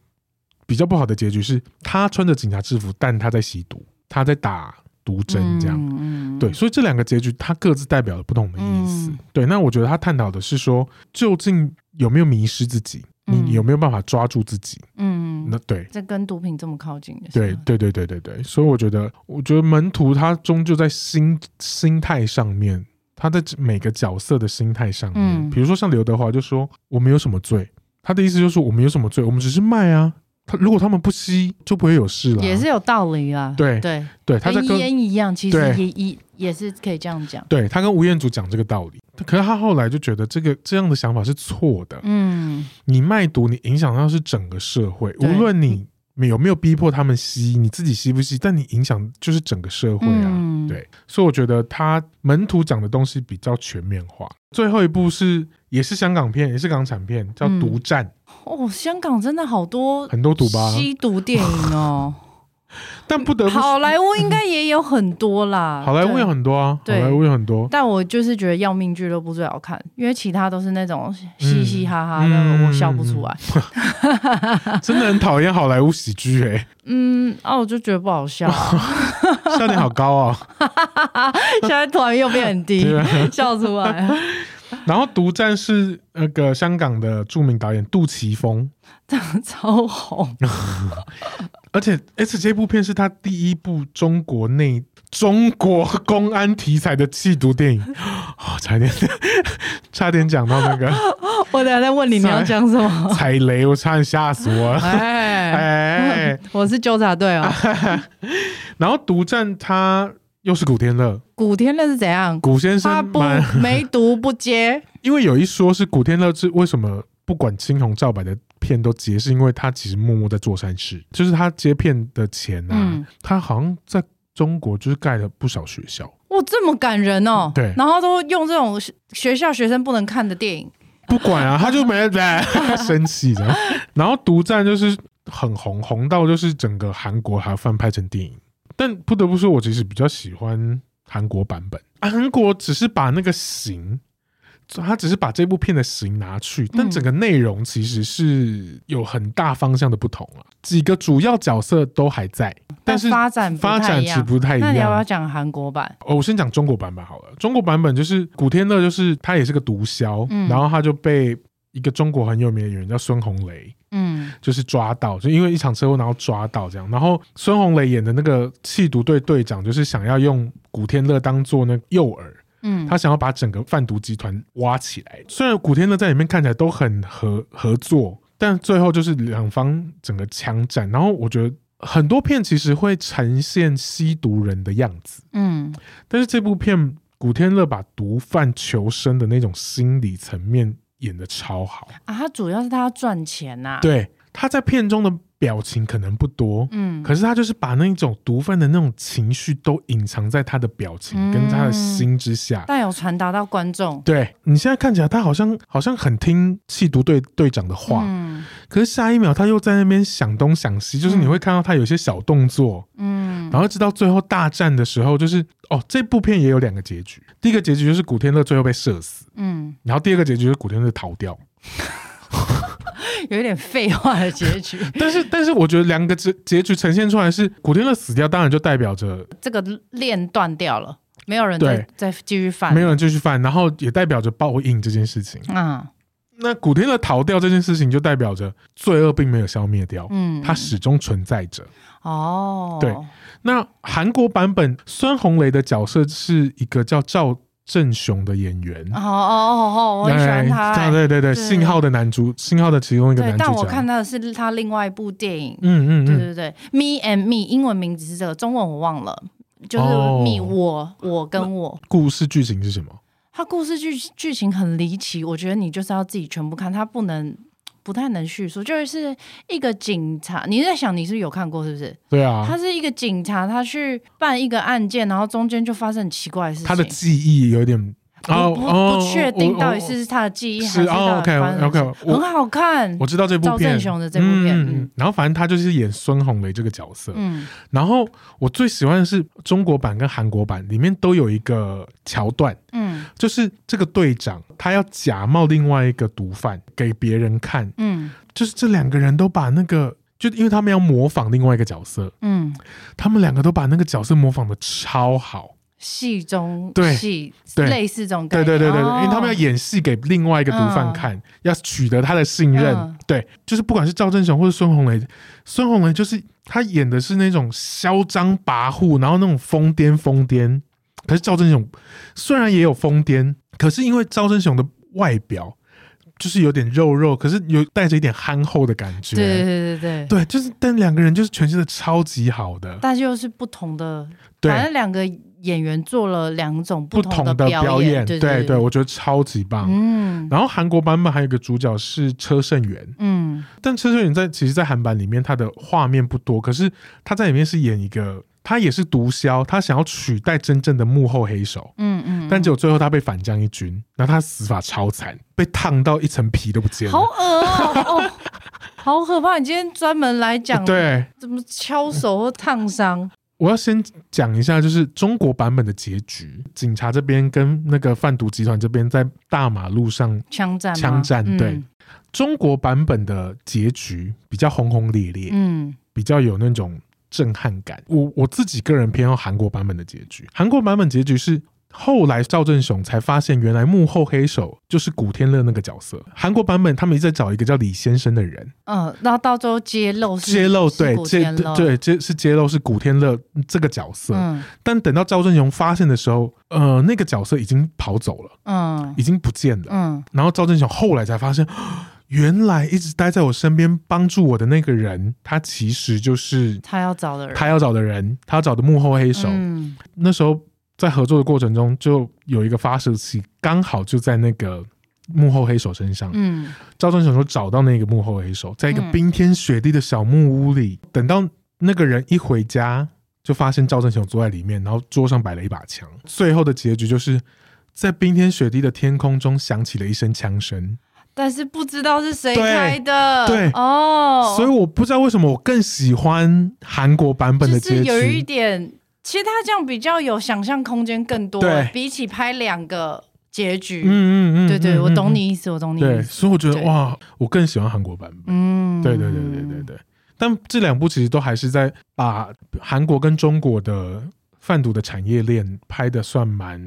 Speaker 2: 比较不好的结局是他穿着警察制服，但他在吸毒，他在打毒针这样。
Speaker 1: 嗯嗯
Speaker 2: 对，所以这两个结局它各自代表了不同的意思。
Speaker 1: 嗯
Speaker 2: 对，那我觉得他探讨的是说，究竟有没有迷失自己，
Speaker 1: 嗯
Speaker 2: 你有没有办法抓住自己？
Speaker 1: 嗯，
Speaker 2: 那对，
Speaker 1: 这跟毒品这么靠近的时候，
Speaker 2: 对对对对对对，所以我觉得，我觉得门徒他终究在心心态上面，他在每个角色的心态上面，
Speaker 1: 嗯
Speaker 2: 比如说像刘德华就说我们有什么罪，他的意思就是我们有什么罪，我们只是卖啊，他如果他们不吸就不会有事了啊，
Speaker 1: 也是有道理啊。
Speaker 2: 对
Speaker 1: 对，
Speaker 2: 对，他在
Speaker 1: 跟
Speaker 2: 跟
Speaker 1: 烟一样，其实
Speaker 2: 对
Speaker 1: 也也也是可以这样讲。
Speaker 2: 对他跟吴彦祖讲这个道理，可是他后来就觉得这个这样的想法是错的，
Speaker 1: 嗯，
Speaker 2: 你卖毒，你影响到是整个社会，无
Speaker 1: 对
Speaker 2: 论你。有没有逼迫他们吸？你自己吸不吸？但你影响就是整个社会啊。
Speaker 1: 嗯，
Speaker 2: 对，所以我觉得他门徒讲的东西比较全面化。最后一部是也是香港片，也是港产片，叫《
Speaker 1: 嗯
Speaker 2: 独占》，
Speaker 1: 哦，香港真的好多
Speaker 2: 很多毒吧。
Speaker 1: 吸毒电影 哦，
Speaker 2: 但不得不说，
Speaker 1: 好莱坞应该也有很多啦。
Speaker 2: 好莱坞有
Speaker 1: 对，
Speaker 2: 很多啊，好
Speaker 1: 对
Speaker 2: 莱坞有 很多。
Speaker 1: 但我就是觉得《要命俱乐部》最好看，因为其他都是那种嘻嘻哈哈的，
Speaker 2: 嗯
Speaker 1: 我笑不出来。
Speaker 2: 真的很讨厌好莱坞喜剧哎、
Speaker 1: 嗯，啊，我就觉得不好 笑、啊，
Speaker 2: 笑点好高啊、
Speaker 1: 现在突然又变很低
Speaker 2: 对，啊
Speaker 1: 笑出来。
Speaker 2: 然后《独占》是那个香港的著名导演杜琪峰，
Speaker 1: 超红，
Speaker 2: 而且而且这部片是他第一部中国内中国公安题材的缉毒电影，哦，差点 差点讲到那个
Speaker 1: 我等下再问你你要讲什么。
Speaker 2: 踩雷，我差点吓死我了。
Speaker 1: 哎，
Speaker 2: 哎，
Speaker 1: 我是纠察队哦。
Speaker 2: 然后《独占》他又是古天乐，
Speaker 1: 古天乐是怎样？
Speaker 2: 古先
Speaker 1: 他
Speaker 2: 生
Speaker 1: 不
Speaker 2: 蛮
Speaker 1: 没读不接，
Speaker 2: 因为有一说是古天乐是为什么不管青红皂白的片都接，是因为他其实默默在做善事，就是他接片的钱啊，
Speaker 1: 嗯
Speaker 2: 他好像在中国就是盖了不少学校，
Speaker 1: 哇，这么感人哦。
Speaker 2: 对
Speaker 1: 然后都用这种学学校学生不能看的电影，
Speaker 2: 不管啊，他就没在生气的。然后独占就是很红，红到就是整个韩国还翻拍成电影。但不得不说，我其实比较喜欢韩国版本。啊韩国只是把那个型，他只是把这部片的型拿去，但
Speaker 1: 嗯
Speaker 2: 整个内容其实是有很大方向的不同啊。几个主要角色都还在，但是
Speaker 1: 发展不
Speaker 2: 发
Speaker 1: 太
Speaker 2: 展
Speaker 1: 一
Speaker 2: 其实
Speaker 1: 样。
Speaker 2: 不太一
Speaker 1: 那你要不要
Speaker 2: 样。啊
Speaker 1: 讲韩国版？
Speaker 2: 哦，我先讲中国版本好了。中国版本就是古天乐，就是他也是个毒枭，
Speaker 1: 嗯
Speaker 2: 然后他就被一个中国很有名的演员叫孙红雷，
Speaker 1: 嗯
Speaker 2: 就是抓到，就因为一场车祸然后抓到这样。然后孙红雷演的那个缉毒队队长，就是想要用古天乐当做那个诱饵，
Speaker 1: 嗯，
Speaker 2: 他想要把整个贩毒集团挖起来。虽然古天乐在里面看起来都很合合作，但最后就是两方整个枪战。然后我觉得很多片其实会呈现吸毒人的样子。
Speaker 1: 嗯
Speaker 2: 但是这部片古天乐把毒贩求生的那种心理层面演的超好，
Speaker 1: 啊，他主要是他要赚钱啊呐。，
Speaker 2: 对，他在片中的表情可能不多。
Speaker 1: 嗯
Speaker 2: 可是他就是把那种毒贩的那种情绪都隐藏在他的表情
Speaker 1: 嗯
Speaker 2: 跟他的心之下。
Speaker 1: 但有传达到观众。
Speaker 2: 对你现在看起来，他好像好像很听缉毒队队长的话，
Speaker 1: 嗯
Speaker 2: 可是下一秒他又在那边想东想西，就是你会看到他有一些小动作，
Speaker 1: 嗯
Speaker 2: 然后直到最后大战的时候，就是哦，这部片也有两个结局。第一个结局就是古天乐最后被射死，
Speaker 1: 嗯，
Speaker 2: 然后第二个结局就是古天乐逃掉。
Speaker 1: 有一点废话的结 局。
Speaker 2: 但是，但是我觉得两个结结局呈现出来是古天乐死掉，当然就代表着
Speaker 1: 这个链断掉了，没有人再
Speaker 2: 对
Speaker 1: 再继续犯。
Speaker 2: 没有人继续犯，然后也代表着报应这件事情。
Speaker 1: 啊，
Speaker 2: 那古天乐逃掉这件事情，就代表着罪恶并没有消灭掉，
Speaker 1: 嗯，
Speaker 2: 它始终存在着。
Speaker 1: 哦，
Speaker 2: 对那韩国版本孙红雷的角色是一个叫赵正雄的演员。
Speaker 1: 哦哦哦哦，我很喜欢他、
Speaker 2: 哎
Speaker 1: 哎
Speaker 2: 对对对，
Speaker 1: 对
Speaker 2: 信号的男主，信号的其中一个
Speaker 1: 对
Speaker 2: 男，主
Speaker 1: 但
Speaker 2: 角。
Speaker 1: 我看到的是他另外一部电影，
Speaker 2: 嗯嗯
Speaker 1: 对对
Speaker 2: 嗯，
Speaker 1: 对，Me and Me，英文名字是这个，中文我忘了，就是
Speaker 2: 哦
Speaker 1: Me、我我跟我。
Speaker 2: 故事剧情是什么？
Speaker 1: 他故事剧剧情很离奇，我觉得你就是要自己全部看，他不能不太能叙述，就是一个警察，你是在想你是不是有看过是不是？
Speaker 2: 对啊
Speaker 1: 他，是一个警察，他去办一个案件，然后中间就发生很奇怪的事情。
Speaker 2: 他的记忆有点
Speaker 1: 不
Speaker 2: 哦
Speaker 1: 不
Speaker 2: 哦
Speaker 1: 不确
Speaker 2: 我
Speaker 1: 定
Speaker 2: 我
Speaker 1: 到底是他的记忆还
Speaker 2: 是
Speaker 1: 是他
Speaker 2: 哦
Speaker 1: 的
Speaker 2: ，OK
Speaker 1: 发生的
Speaker 2: OK，
Speaker 1: 事情很
Speaker 2: 我
Speaker 1: 好看
Speaker 2: 我。知道这部
Speaker 1: 赵
Speaker 2: 片，
Speaker 1: 正雄的这部片嗯
Speaker 2: 然后反正他就是演孙红雷这个角色。
Speaker 1: 嗯
Speaker 2: 然后我最喜欢的是中国版跟韩国版里面都有一个桥段，
Speaker 1: 嗯
Speaker 2: 就是这个队长他要假冒另外一个毒贩给别人看，
Speaker 1: 嗯
Speaker 2: 就是这两个人都把那个。就因为他们要模仿另外一个角色，
Speaker 1: 嗯，
Speaker 2: 他们两个都把那个角色模仿的超好。
Speaker 1: 戏中
Speaker 2: 对
Speaker 1: 戏
Speaker 2: 对
Speaker 1: 类似这种概
Speaker 2: 对
Speaker 1: 念，
Speaker 2: 对对对，
Speaker 1: 哦
Speaker 2: 因为他们要演戏给另外一个毒贩看，要取得他的信任。
Speaker 1: 嗯
Speaker 2: 对，就是不管是赵正雄或者孙红雷，孙红雷就是他演的是那种嚣张跋扈，然后那种疯癫疯癫。可是赵正雄虽然也有疯癫，可是因为赵正雄的外表就是有点肉肉，可是有带着一点憨厚的感觉。
Speaker 1: 对对对对对对，
Speaker 2: 对就是但两个人就是诠释的超级好的。
Speaker 1: 但是又是不同的，
Speaker 2: 对，
Speaker 1: 反正两个演员做了两种
Speaker 2: 不
Speaker 1: 同
Speaker 2: 同的
Speaker 1: 表
Speaker 2: 表演，
Speaker 1: 对
Speaker 2: 对
Speaker 1: 对，
Speaker 2: 我觉得超级棒。
Speaker 1: 嗯
Speaker 2: 然后韩国版本还有一个主角是车胜元，
Speaker 1: 嗯
Speaker 2: 但车胜元在其实，在韩版里面他的画面不多，可是他在里面是演一个，他也是毒枭，他想要取代真正的幕后黑手，
Speaker 1: 嗯嗯，
Speaker 2: 但结果最后他被反将一军，然后他死法超惨，被烫到一层皮都不见了。
Speaker 1: 好恶哦，哦 好可怕！你今天专门来讲
Speaker 2: 对，
Speaker 1: 怎么敲手或烫伤，
Speaker 2: 我要先讲一下，就是中国版本的结局，警察这边跟那个贩毒集团这边在大马路上
Speaker 1: 枪战吗
Speaker 2: 枪战
Speaker 1: 嗯
Speaker 2: 对中国版本的结局比较轰轰烈烈，
Speaker 1: 嗯
Speaker 2: 比较有那种震撼感。我我自己个人偏好韩国版本的结局，韩国版本结局是后来赵正雄才发现，原来幕后黑手就是古天乐那个角色。韩国版本他们一直在找一个叫李先生的人，
Speaker 1: 嗯，然后到最后揭露是
Speaker 2: 揭露
Speaker 1: 是
Speaker 2: 对
Speaker 1: 古
Speaker 2: 揭
Speaker 1: 天乐
Speaker 2: 对揭是揭露是古天乐这个角色。
Speaker 1: 嗯
Speaker 2: 但等到赵正雄发现的时候，呃，那个角色已经跑走了，
Speaker 1: 嗯
Speaker 2: 已经不见了。
Speaker 1: 嗯
Speaker 2: 然后赵正雄后来才发现， 原来一直待在我身边帮助我的那个人，他其实就是
Speaker 1: 他要找的人，
Speaker 2: 他要找的人，他要找的幕后黑手。
Speaker 1: 嗯
Speaker 2: 那时候在合作的过程中，就有一个发射器，刚好就在那个幕后黑手身上。
Speaker 1: 嗯
Speaker 2: 赵正雄就找到那个幕后黑手，在一个
Speaker 1: 嗯
Speaker 2: 冰天雪地的小木屋里，等到那个人一回家，就发现赵正雄坐在里面，然后桌上摆了一把枪。最后的结局就是。在冰天雪地的天空中响起了一声枪声，
Speaker 1: 但是不知道是谁
Speaker 2: 对
Speaker 1: 开的，
Speaker 2: 对
Speaker 1: 哦，
Speaker 2: 所以我不知道为什么我更喜欢韩国版本的
Speaker 1: 就
Speaker 2: 结
Speaker 1: 是有一
Speaker 2: 局。
Speaker 1: 点，其实他这样比较有想象空间更多，
Speaker 2: 对
Speaker 1: 比起拍两个结局，
Speaker 2: 嗯嗯嗯，
Speaker 1: 对对，
Speaker 2: 嗯
Speaker 1: 我懂。
Speaker 2: 嗯
Speaker 1: 你意思，我懂你
Speaker 2: 对，
Speaker 1: 意思，
Speaker 2: 所以我觉得
Speaker 1: 对
Speaker 2: 哇，我更喜欢韩国版本。
Speaker 1: 嗯，
Speaker 2: 对对对对对对。但这两部其实都还是在把韩国跟中国的贩毒的产业链拍的算蛮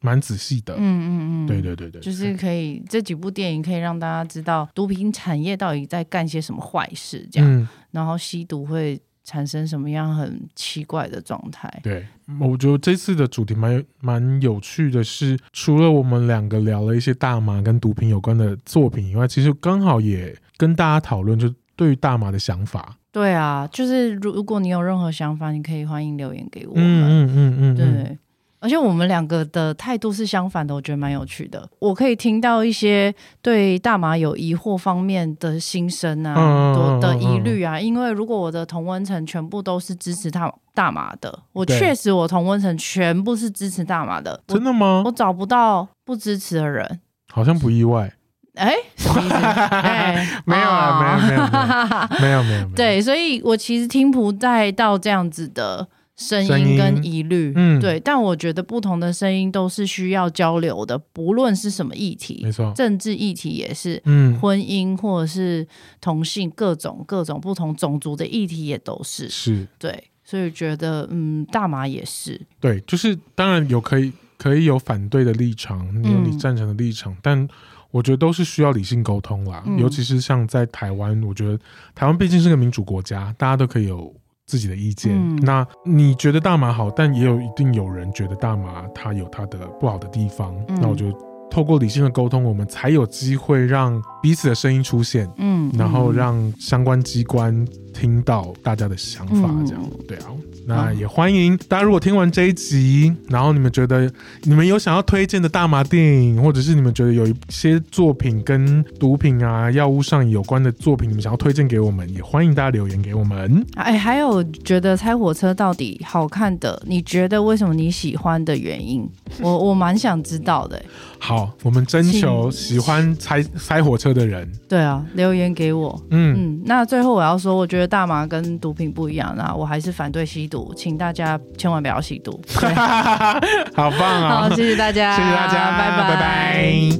Speaker 2: 蛮仔细的。
Speaker 1: 嗯嗯嗯，
Speaker 2: 对。对对对，
Speaker 1: 就是可以这几部电影可以让大家知道毒品产业到底在干些什么坏事，这样，
Speaker 2: 嗯，
Speaker 1: 然后吸毒会产生什么样很奇怪的状态。
Speaker 2: 对，
Speaker 1: 嗯
Speaker 2: 我觉得这次的主题蛮有蛮有趣的是，除了我们两个聊了一些大麻跟毒品有关的作品以外，其实刚好也跟大家讨论，就对于大麻的想法。
Speaker 1: 对啊，就是如如果你有任何想法，你可以欢迎留言给我们。
Speaker 2: 嗯嗯嗯嗯，嗯，
Speaker 1: 对，而且我们两个的态度是相反的，我觉得蛮有趣的。我可以听到一些对大麻有疑惑方面的心声啊，
Speaker 2: 嗯嗯嗯
Speaker 1: 多的
Speaker 2: 嗯
Speaker 1: 疑虑啊。因为如果我的同温层全部都是支持大大麻的，我
Speaker 2: 对
Speaker 1: 确实我同温层全部是支持大麻的，我
Speaker 2: 真的吗
Speaker 1: 我？找不到不支持的人。
Speaker 2: 好像不意外。，
Speaker 1: 哎，什么意 思？哎
Speaker 2: 没有啊没有没有
Speaker 1: 有。
Speaker 2: 没有没有，没有，
Speaker 1: 对，所以我其实听不太到这样子的声
Speaker 2: 声
Speaker 1: 音
Speaker 2: 音
Speaker 1: 跟疑虑，
Speaker 2: 嗯
Speaker 1: 对。但我觉得不同的声音都是需要交流的，不论是什么议题
Speaker 2: 没，错。
Speaker 1: 政治议题也是，
Speaker 2: 嗯，
Speaker 1: 婚姻或者是同性各种各种不同种族的议题也都是，
Speaker 2: 是。
Speaker 1: 对。所以觉得，嗯，大麻也是，
Speaker 2: 对，就是当然有可以可以有反对的立场，你有你
Speaker 1: 嗯
Speaker 2: 赞成的立场，但我觉得都是需要理性沟通啦。
Speaker 1: 嗯
Speaker 2: 尤其是像在台湾，我觉得台湾毕竟是个民主国家，大家都可以有自己的意见。
Speaker 1: 嗯
Speaker 2: 那你觉得大麻好，但也有一定有人觉得大麻它有它的不好的地方。
Speaker 1: 嗯
Speaker 2: 那我觉得透过理性的沟通，我们才有机会让彼此的声音出现。
Speaker 1: 嗯，
Speaker 2: 然后
Speaker 1: 嗯
Speaker 2: 让相关机关听到大家的想法，
Speaker 1: 嗯
Speaker 2: 这样、对啊。那也欢迎大家，如果听完这一集，然后你们觉得你们有想要推荐的大麻电影，或者是你们觉得有一些作品跟毒品啊、药物上瘾有关的作品，你们想要推荐给我们，也欢迎大家留言给我们。
Speaker 1: 哎，还有觉得猜火车到底好看的，你觉得为什么你喜欢的原因，我我蛮想知道的、欸
Speaker 2: 好，我们征求喜欢猜猜火车的人，
Speaker 1: 对啊，留言给我。
Speaker 2: 嗯，
Speaker 1: 嗯，那最后我要说，我觉得大麻跟毒品不一样啊，我还是反对吸毒，请大家千万不要吸毒。对
Speaker 2: 好棒啊！
Speaker 1: 好，谢谢大家，
Speaker 2: 谢谢大家，
Speaker 1: 拜
Speaker 2: 拜拜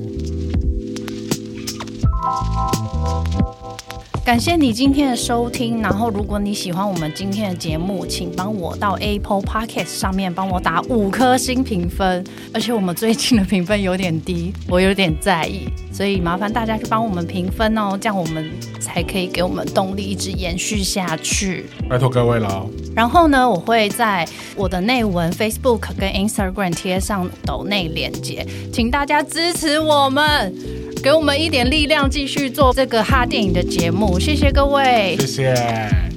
Speaker 1: 感谢你今天的收听，然后如果你喜欢我们今天的节目，请帮我到 Apple Podcast 上面帮我打五颗星评分，而且我们最近的评分有点低，我有点在意，所以麻烦大家去帮我们评分哦，这样我们才可以给我们动力一直延续下去。
Speaker 2: 拜托各位了哦。
Speaker 1: 然后呢，我会在我的内文 Facebook 跟 Instagram 贴上抖内链接，请大家支持我们，给我们一点力量，继续做这个哈电影的节目。谢谢各位
Speaker 2: 谢谢。